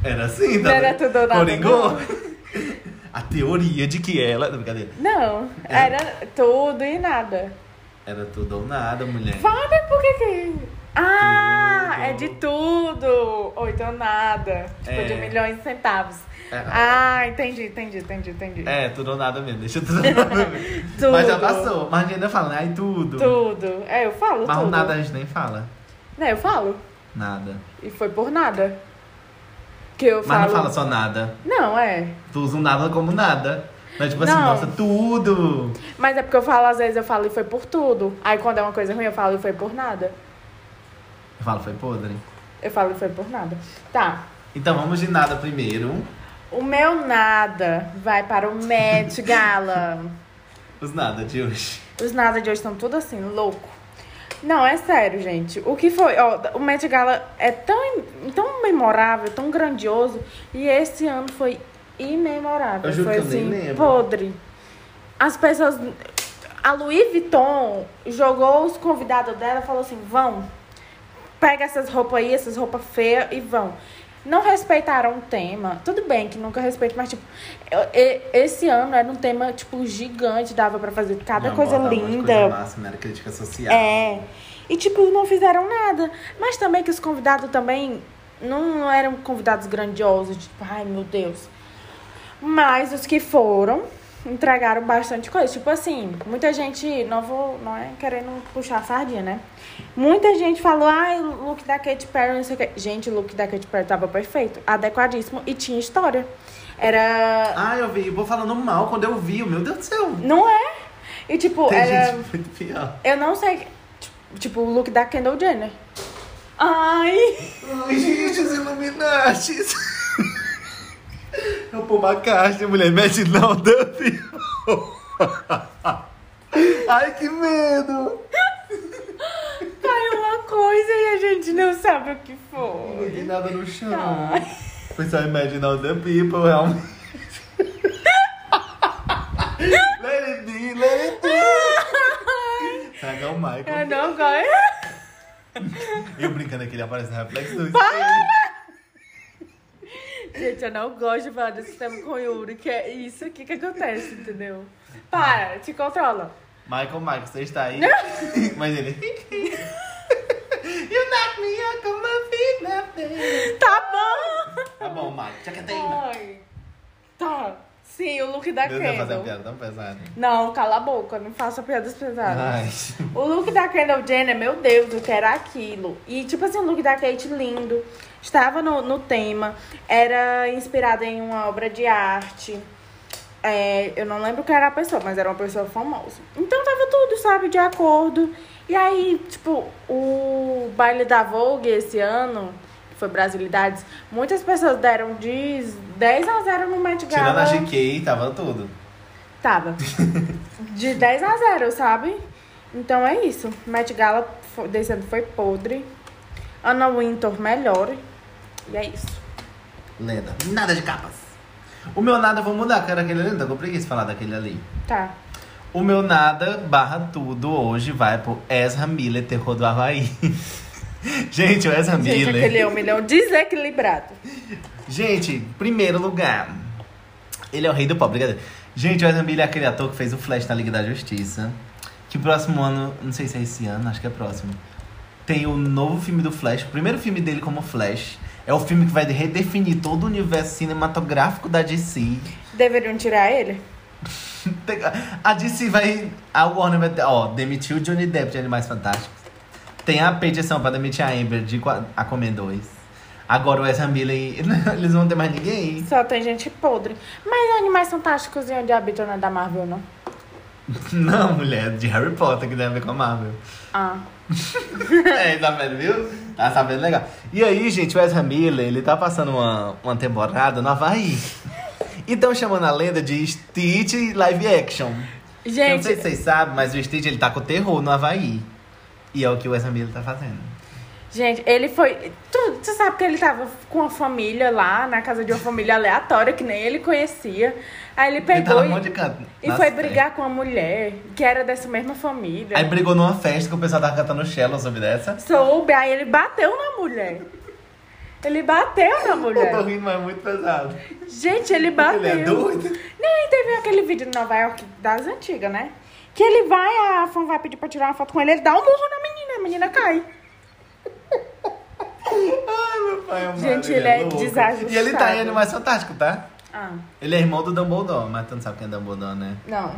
Speaker 2: Era assim,
Speaker 1: Não era tudo ou nada,
Speaker 2: Coringou? A teoria de que ela. Não, brincadeira.
Speaker 1: Não,
Speaker 2: Era-
Speaker 1: era tudo e nada.
Speaker 2: Era tudo ou nada, mulher.
Speaker 1: Fala por que que... Ah,
Speaker 2: Tudo.
Speaker 1: é de tudo. Ou então nada. Tipo,
Speaker 2: É.
Speaker 1: de milhões de centavos.
Speaker 2: É.
Speaker 1: Ah, entendi, entendi, entendi, entendi.
Speaker 2: É, tudo ou nada mesmo. Deixa tudo ou nada mesmo.
Speaker 1: Tudo.
Speaker 2: Mas já tá passou. Mas a gente ainda fala, né? Ai, tudo.
Speaker 1: Tudo. É, eu falo
Speaker 2: Mas o
Speaker 1: tudo.
Speaker 2: nada a gente nem fala.
Speaker 1: Não, eu falo.
Speaker 2: Nada.
Speaker 1: E foi por nada. Que eu
Speaker 2: Mas
Speaker 1: falo...
Speaker 2: não fala só nada.
Speaker 1: Não, é.
Speaker 2: Tu usa o nada como nada. Mas tipo assim,
Speaker 1: Não.
Speaker 2: nossa, tudo.
Speaker 1: Mas é porque eu falo, às vezes eu falo e foi por tudo. Aí quando é uma coisa ruim, eu falo e foi por nada.
Speaker 2: Eu falo, foi podre.
Speaker 1: Eu falo e foi por nada. Tá.
Speaker 2: Então vamos de nada primeiro.
Speaker 1: O meu nada vai para o Met Gala.
Speaker 2: Os nada de hoje.
Speaker 1: Os nada de hoje estão tudo assim, louco. Não, é sério, gente. O que foi? ó, o Met Gala é tão, im- tão memorável, tão grandioso. E esse ano foi imemorável.
Speaker 2: Eu juro
Speaker 1: foi
Speaker 2: que eu nem
Speaker 1: assim,
Speaker 2: lembro.
Speaker 1: podre. As pessoas. A Louis Vuitton jogou os convidados dela e falou assim: vão, pega essas roupas aí, essas roupas feias e vão. Não respeitaram o tema. Tudo bem que nunca respeito, mas tipo, eu- e- esse ano era um tema, tipo, gigante, dava pra fazer cada
Speaker 2: Não,
Speaker 1: coisa
Speaker 2: bota um monte de
Speaker 1: linda.
Speaker 2: Coisa massa, né? Era crítica social.
Speaker 1: é. E tipo, não fizeram nada. Mas também que os convidados também não eram convidados grandiosos, tipo, ai meu Deus. Mas os que foram entregaram bastante coisa. Tipo assim, muita gente, não vou, não é querendo puxar a sardinha, né? Muita gente falou, ai, o look da Katy Perry, não sei o que. Gente, o look da Katy Perry tava perfeito, adequadíssimo e tinha história. Era.
Speaker 2: Ah, eu vi. Eu vou falando mal quando eu vi. Meu Deus do céu.
Speaker 1: Não é? E tipo,
Speaker 2: Tem
Speaker 1: era.
Speaker 2: gente muito pior.
Speaker 1: Eu não sei. Tipo, o look da Kendall Jenner. Ai!
Speaker 2: Ai, gente, os Illuminates. Eu pôr uma caixa, mulher, mete não, Duffy. Ai, que medo.
Speaker 1: Caiu uma coisa e a gente não sabe o que foi.
Speaker 2: Não tem nada no chão. Foi só Imagine All the People, realmente. let it be, let it be. Saca o
Speaker 1: Eu
Speaker 2: Michael.
Speaker 1: não gosto.
Speaker 2: Eu brincando aqui, ele aparece no reflexo do
Speaker 1: Gente, eu não gosto de falar desse tema com o Yuri, que é isso aqui que acontece, entendeu? Para, te controla.
Speaker 2: Michael, Michael, você está aí? Mas ele... you knock me out on my feet, nothing.
Speaker 1: Tá bom!
Speaker 2: Tá bom, Michael. Tchacateina.
Speaker 1: Ai. Tá. Sim, o look da
Speaker 2: Meu Deus, tá
Speaker 1: Kendall.
Speaker 2: fazendo piada tão pesada.
Speaker 1: Não, cala a boca, não faça piadas pesadas.
Speaker 2: Ai.
Speaker 1: O look da Kendall Jenner, meu Deus, o que era aquilo? E, tipo assim, o look da Kate lindo. Estava no, no tema. Era inspirado em uma obra de arte. É, eu não lembro quem era a pessoa, mas era uma pessoa famosa. Então tava tudo, sabe, de acordo. E aí, tipo, o baile da Vogue esse ano, que foi Brasilidades, muitas pessoas deram de 10 a 0 no Met Gala.
Speaker 2: Tirando a GK, tava tudo.
Speaker 1: Tava. De 10 a 0, sabe? Então é isso. Met Gala fo- desse ano foi podre. Ana Winter melhor. E é isso.
Speaker 2: Lenda. Nada de capas. O meu nada eu vou mudar, cara, aquele ali. Tá com preguiça de falar daquele ali.
Speaker 1: Tá.
Speaker 2: O meu nada barra tudo hoje vai pro Ezra Miller, terror do Havaí. Gente, o Ezra
Speaker 1: Gente,
Speaker 2: Miller.
Speaker 1: aquele é um milhão desequilibrado.
Speaker 2: Gente, primeiro lugar. Ele é o rei do pop, brincadeira. Gente, o Ezra Miller é aquele ator que fez o Flash na Liga da Justiça. Que próximo ano, não sei se é esse ano, acho que é próximo. Tem o novo filme do Flash, o primeiro filme dele como Flash. É o filme que vai redefinir todo o universo cinematográfico da DC.
Speaker 1: Deveriam tirar ele?
Speaker 2: A DC vai. A Warner vai. ter- Ó, demitiu o Johnny Depp de Animais Fantásticos. Tem a petição pra demitir a Amber de Qua- Aquaman 2. Agora o Ezra Miller. Eles não vão ter mais ninguém.
Speaker 1: Só tem gente podre. Mas tá, Animais Fantásticos e Onde Habitam não é da Marvel, não?
Speaker 2: Não, mulher, de Harry Potter, que tem a ver com a Marvel.
Speaker 1: Ah.
Speaker 2: é, tá vendo, viu? Tá sabendo legal. E aí, gente, o Ezra Miller, ele tá passando uma, uma temporada no Havaí. E tão chamando a lenda de Stitch live action. Eu não sei se
Speaker 1: Gente,
Speaker 2: vocês sabem, mas o Stitch, ele tá com terror no Havaí. E é o que o Ezra Miller tá fazendo.
Speaker 1: gente, ele foi. Tu, tu sabe que ele tava com a família lá, na casa de uma família aleatória, que nem ele conhecia. Aí ele
Speaker 2: ele tá
Speaker 1: pegou.
Speaker 2: num
Speaker 1: e-
Speaker 2: monte de canto.
Speaker 1: E
Speaker 2: nas
Speaker 1: foi
Speaker 2: festas.
Speaker 1: brigar com uma mulher que era dessa mesma família.
Speaker 2: é. Aí brigou numa festa que o pessoal tava cantando Shallow sobre dessa.
Speaker 1: Soube, aí ele bateu na mulher. Ele bateu na
Speaker 2: Eu tô
Speaker 1: mulher.
Speaker 2: rindo, mas é muito pesado.
Speaker 1: Gente, ele bateu.
Speaker 2: Ele é doido.
Speaker 1: Nem teve aquele vídeo de Nova York das antigas, né? Que ele vai, a fã vai pedir pra tirar uma foto com ele, ele dá um burro na menina, a menina cai.
Speaker 2: Ai, meu pai amado,
Speaker 1: Gente, ele é
Speaker 2: louco.
Speaker 1: desajustado.
Speaker 2: E ele tá em Animais Fantásticos, tá?
Speaker 1: Ah,
Speaker 2: Ele é irmão do Dumbledore, mas tu não sabe quem é Dumbledore, né?
Speaker 1: não.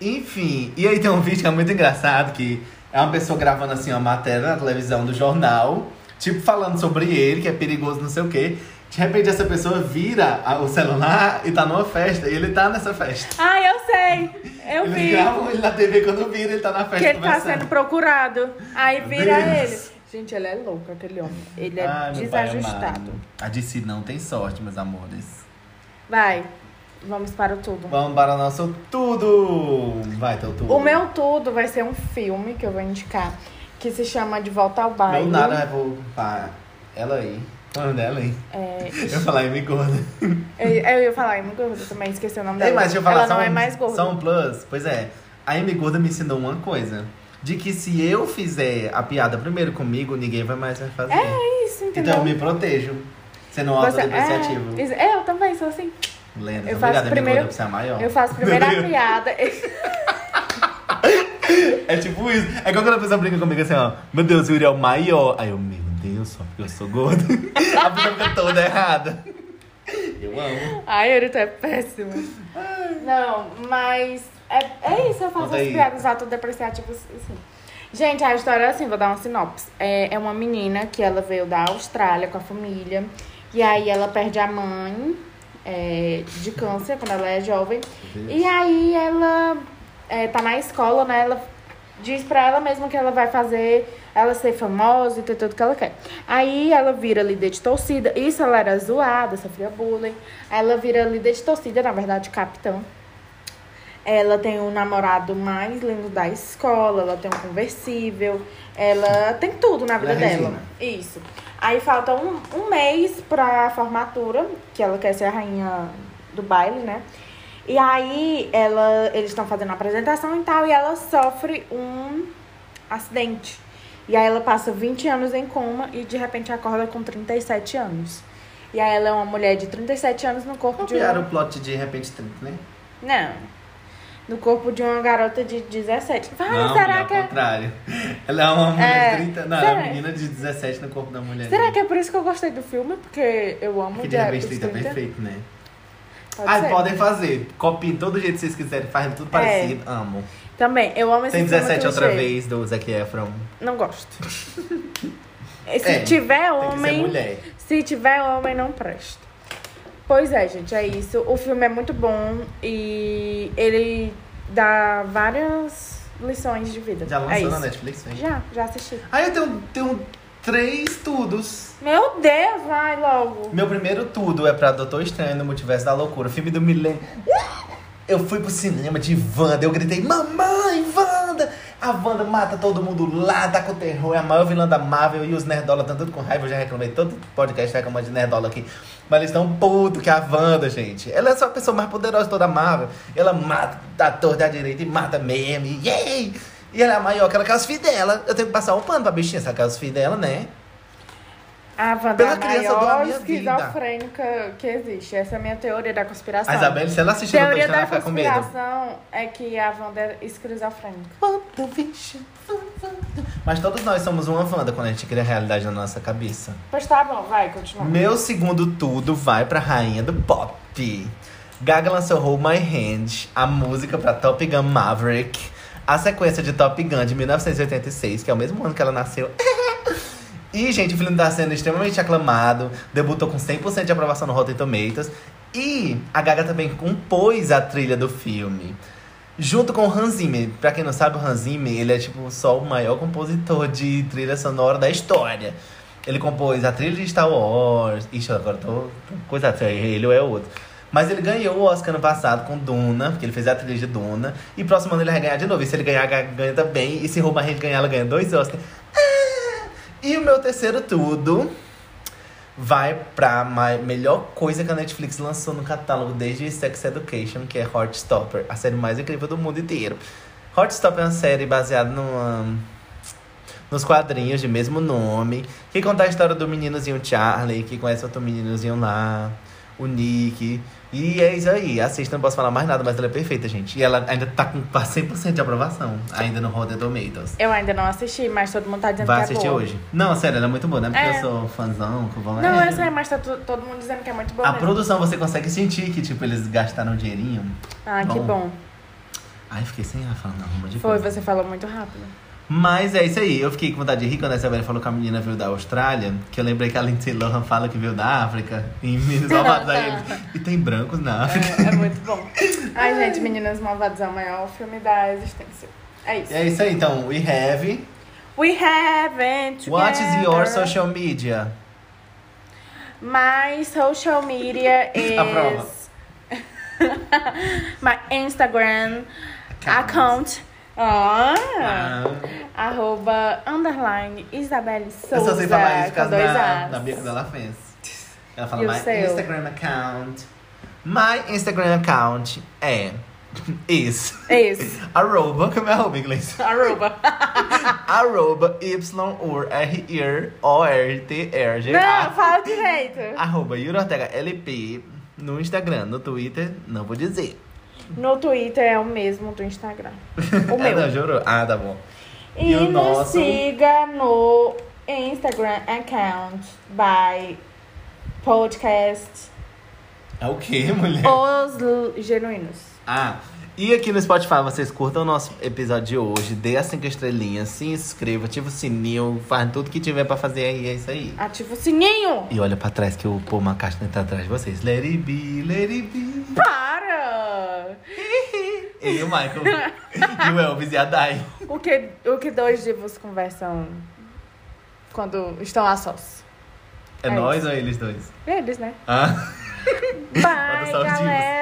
Speaker 2: Enfim, e aí tem um vídeo que é muito engraçado, que é uma pessoa gravando assim uma matéria na televisão do jornal, tipo falando sobre ele, que é perigoso, não sei o quê. De repente essa pessoa vira a- o celular e tá numa festa. E ele tá nessa festa.
Speaker 1: Ah, eu sei. Eu
Speaker 2: Eles
Speaker 1: vi.
Speaker 2: gravam ele na TV quando vira, ele tá na festa
Speaker 1: Que ele tá
Speaker 2: conversando.
Speaker 1: sendo procurado. Aí vira
Speaker 2: Deus.
Speaker 1: ele. Gente, ele é louco, aquele homem. Ele é
Speaker 2: Ai, meu pai
Speaker 1: desajustado.
Speaker 2: amado. A DC não tem sorte, meus amores.
Speaker 1: Vai, vamos para o tudo.
Speaker 2: Vamos para o nosso tudo. Vai, teu tudo.
Speaker 1: O meu tudo vai ser um filme que eu vou indicar. Que se chama De Volta ao Baile.
Speaker 2: Meu nada, eu vou... Pá, ela aí. O nome dela aí.
Speaker 1: É,
Speaker 2: Eu ia falar M gorda.
Speaker 1: eu, eu ia falar, Amy Gorda, também esqueci o nome dela.
Speaker 2: Ei, mas deixa eu falar,
Speaker 1: Ela
Speaker 2: só
Speaker 1: não
Speaker 2: um,
Speaker 1: é mais gorda.
Speaker 2: Só um plus. Pois é. A M gorda me ensinou uma coisa. De que se eu fizer a piada primeiro comigo, ninguém vai mais vai fazer.
Speaker 1: É isso, entendeu?
Speaker 2: então eu me protejo. é Sendo
Speaker 1: Você-
Speaker 2: autodepreciativo.
Speaker 1: é, isso- é, eu também sou assim.
Speaker 2: Lenda,
Speaker 1: Eu faço
Speaker 2: obrigada, M
Speaker 1: primeiro-
Speaker 2: gorda, por ser é a maior.
Speaker 1: Eu faço primeiro a
Speaker 2: Meu Deus.
Speaker 1: piada.
Speaker 2: É tipo isso. É quando a pessoa brinca comigo assim, ó. Meu Deus, o Yuri é o maior. Aí eu, meu Deus, só porque eu sou gordo. a pessoa fica toda errada. Eu amo.
Speaker 1: Ai, Yuri, tu é péssimo. Não, mas é, é isso, eu faço
Speaker 2: Conta
Speaker 1: as
Speaker 2: aí.
Speaker 1: piadas autodepreciativas assim. Gente, a história é assim, vou dar uma sinopse. É, é uma menina que ela veio da Austrália com a família. E aí ela perde a mãe é, de câncer quando ela é jovem. E aí ela é, tá na escola, né? Ela diz pra ela mesma que ela vai fazer ela ser famosa e ter tudo que ela quer. Aí ela vira líder de torcida. Isso ela era zoada, sofria bullying. Aí Ela vira líder de torcida, na verdade, capitão. Ela tem o namorado mais lindo da escola, ela tem um conversível, ela tem tudo na vida
Speaker 2: Ela é
Speaker 1: dela. Isso. Aí falta um, um mês pra formatura, que ela quer ser a rainha do baile, né? E aí ela, eles estão fazendo a apresentação e tal, e ela sofre um acidente. E aí ela passa 20 anos em coma e de repente acorda com 37 anos. E aí ela é uma mulher de 37 anos no corpo de um
Speaker 2: Copiaram o plot de repente 30, né?
Speaker 1: não. No corpo de uma garota de 17. Fala,
Speaker 2: não,
Speaker 1: será
Speaker 2: mulher,
Speaker 1: que
Speaker 2: ao
Speaker 1: é.
Speaker 2: contrário. Ela é uma mulher
Speaker 1: É,
Speaker 2: de 30. Não, ela é
Speaker 1: será?
Speaker 2: uma menina de 17 no corpo da mulher.
Speaker 1: Será
Speaker 2: dele.
Speaker 1: que é por isso que eu gostei do filme? Porque eu amo
Speaker 2: Que de
Speaker 1: Diário
Speaker 2: repente
Speaker 1: dos
Speaker 2: 30 é perfeito, né?
Speaker 1: Pode
Speaker 2: Ai,
Speaker 1: ser. É.
Speaker 2: podem fazer. Copiem todo jeito que vocês quiserem, fazem tudo parecido. Amo.
Speaker 1: Também, eu amo esse
Speaker 2: Tem
Speaker 1: filme.
Speaker 2: 17 outra
Speaker 1: clichê.
Speaker 2: vez do Zac Efron.
Speaker 1: Não gosto. E se
Speaker 2: É,
Speaker 1: tiver
Speaker 2: Tem que ser
Speaker 1: homem.
Speaker 2: mulher.
Speaker 1: Se tiver homem, não presta. Pois é, gente, é isso. O filme é muito bom e ele dá várias lições de vida.
Speaker 2: Já
Speaker 1: é
Speaker 2: lançou na
Speaker 1: isso.
Speaker 2: Netflix, hein?
Speaker 1: Já, já assisti.
Speaker 2: Aí eu tenho, tenho três tudos.
Speaker 1: Meu Deus, vai logo.
Speaker 2: Meu primeiro tudo é pra Doutor Estranho no Multiverso da Loucura, filme do milênio. Eu fui pro cinema de Wanda, eu gritei, mamãe, Wanda! A Wanda mata todo mundo lá, tá com terror, é a maior vilã da Marvel e os Nerdola estão tudo com raiva, eu já reclamei todo podcast reclamando de Nerdola aqui. Mas eles estão puto que a Wanda, gente. Ela é só a pessoa mais poderosa de toda a Marvel. Ela mata da torre da direita e mata mesmo, e yay! E ela é a maior, aquela que é os filhos dela. Eu tenho que passar um pano pra bichinha, essa que é os filhos dela, né?
Speaker 1: A Wanda
Speaker 2: Pela
Speaker 1: é a
Speaker 2: criança doa a
Speaker 1: maior
Speaker 2: minha
Speaker 1: esquizofrênica que existe. Essa é a minha teoria da conspiração.
Speaker 2: A Isabelle, se ela assistir o Doutor
Speaker 1: teoria
Speaker 2: Estranho,
Speaker 1: da
Speaker 2: ela fica com medo.
Speaker 1: conspiração é que a Wanda é esquizofrênica.
Speaker 2: WandaVision, Wanda. Mas todos nós somos uma Wanda quando a gente cria a realidade na nossa cabeça.
Speaker 1: Pois tá bom, vai, continua.
Speaker 2: Meu segundo tudo vai pra rainha do pop. Gaga lançou Hold My Hand, a música pra Top Gun Maverick. A sequência de Top Gun de 1986, que é o mesmo ano que ela nasceu. E, gente, o filme tá sendo extremamente aclamado. Debutou com 100% de aprovação no Rotten Tomatoes. E a Gaga também compôs a trilha do filme. Junto com o Hans Zimmer. Pra quem não sabe, o Hans Zimmer, ele é tipo só o maior compositor de trilha sonora da história. Ele compôs a trilha de Star Wars. Ixi, agora tô... tô Coisa assim, ele ou é outro. Mas ele ganhou o Oscar ano passado com Duna, porque ele fez a trilha de Duna. E próximo ano ele vai ganhar de novo. E se ele ganhar, a Gaga ganha também. E se roubar a gente ganhar, ela ganha dois Oscars. Ah! E o meu terceiro tudo vai pra ma- melhor coisa que a Netflix lançou no catálogo desde Sex Education, que é Heartstopper, a série mais incrível do mundo inteiro. Heartstopper é uma série baseada numa, nos quadrinhos de mesmo nome, que conta a história do meninozinho Charlie, que conhece outro meninozinho lá, o Nick. E é isso aí, assista, não posso falar mais nada, mas ela é perfeita, gente. E ela ainda tá com 100% de aprovação, ainda no Rotten Tomatoes.
Speaker 1: Eu ainda não assisti, mas todo mundo tá dizendo
Speaker 2: Vai
Speaker 1: que é
Speaker 2: assistir
Speaker 1: boa.
Speaker 2: hoje. Não, sério, ela é muito boa, não é porque
Speaker 1: É.
Speaker 2: eu sou fãzão, que eu vou lá.
Speaker 1: Não,
Speaker 2: É.
Speaker 1: eu sei, mas tá to- todo mundo dizendo que é muito boa
Speaker 2: A
Speaker 1: mesmo.
Speaker 2: produção você consegue sentir que, tipo, eles gastaram um dinheirinho.
Speaker 1: Ah, que
Speaker 2: Bom.
Speaker 1: bom.
Speaker 2: Ai, fiquei sem ar falando um monte de
Speaker 1: Foi,
Speaker 2: coisa.
Speaker 1: você falou muito rápido.
Speaker 2: Mas é isso aí. Eu fiquei com vontade de rir quando a Isabela falou que a menina veio da Austrália. Que eu lembrei que a Lindsay Lohan fala que veio da África. Em Meninos Malvados.
Speaker 1: tá,
Speaker 2: aí eles, e tem brancos na África.
Speaker 1: É, é muito bom. Ai, gente, Meninas Malvadas é o maior filme da existência. É isso.
Speaker 2: E é isso aí. Então, we have...
Speaker 1: We haven't.
Speaker 2: What is your
Speaker 1: together.
Speaker 2: social media?
Speaker 1: My social media is
Speaker 2: Aprova.
Speaker 1: my Instagram account. Ah, Arroba underline Isabelle Souza.
Speaker 2: eu É só sei falar isso por
Speaker 1: com
Speaker 2: causa
Speaker 1: dois
Speaker 2: da,
Speaker 1: As.
Speaker 2: da Bianca Della Fence. Ela fala,
Speaker 1: E o
Speaker 2: my
Speaker 1: seu?"
Speaker 2: Instagram account. My Instagram account é... Is.
Speaker 1: Isso.
Speaker 2: Arroba, como é arroba em inglês?
Speaker 1: Arroba.
Speaker 2: Arroba Y-U-R-I-R-O-R-T-R-G-A.
Speaker 1: Não, fala direito.
Speaker 2: Arroba Yuri Ortega LP no Instagram, no Twitter, não vou dizer.
Speaker 1: No Twitter é o mesmo do Instagram. O
Speaker 2: Ah, não,
Speaker 1: meu.
Speaker 2: jurou? Ah, tá bom.
Speaker 1: E,
Speaker 2: E o
Speaker 1: nos
Speaker 2: nosso?
Speaker 1: siga no Instagram account by podcast
Speaker 2: É o quê, mulher?
Speaker 1: Os L- Genuínos.
Speaker 2: Ah, e aqui no Spotify vocês curtam o nosso episódio de hoje, dê as cinco estrelinhas, se inscreva, ativa o sininho, faz tudo que tiver pra fazer aí, é isso aí.
Speaker 1: Ativa o sininho!
Speaker 2: E olha pra trás que o Paul McCartney tá atrás de vocês. Let it be, let it be.
Speaker 1: Para!
Speaker 2: E o Michael. e o Elvis e a Dai.
Speaker 1: O que, o que dois divos conversam quando estão a sós?
Speaker 2: É,
Speaker 1: É
Speaker 2: nós ou eles dois?
Speaker 1: Eles, né?
Speaker 2: Ah.
Speaker 1: Bye,
Speaker 2: só os divos.
Speaker 1: galera! Uh!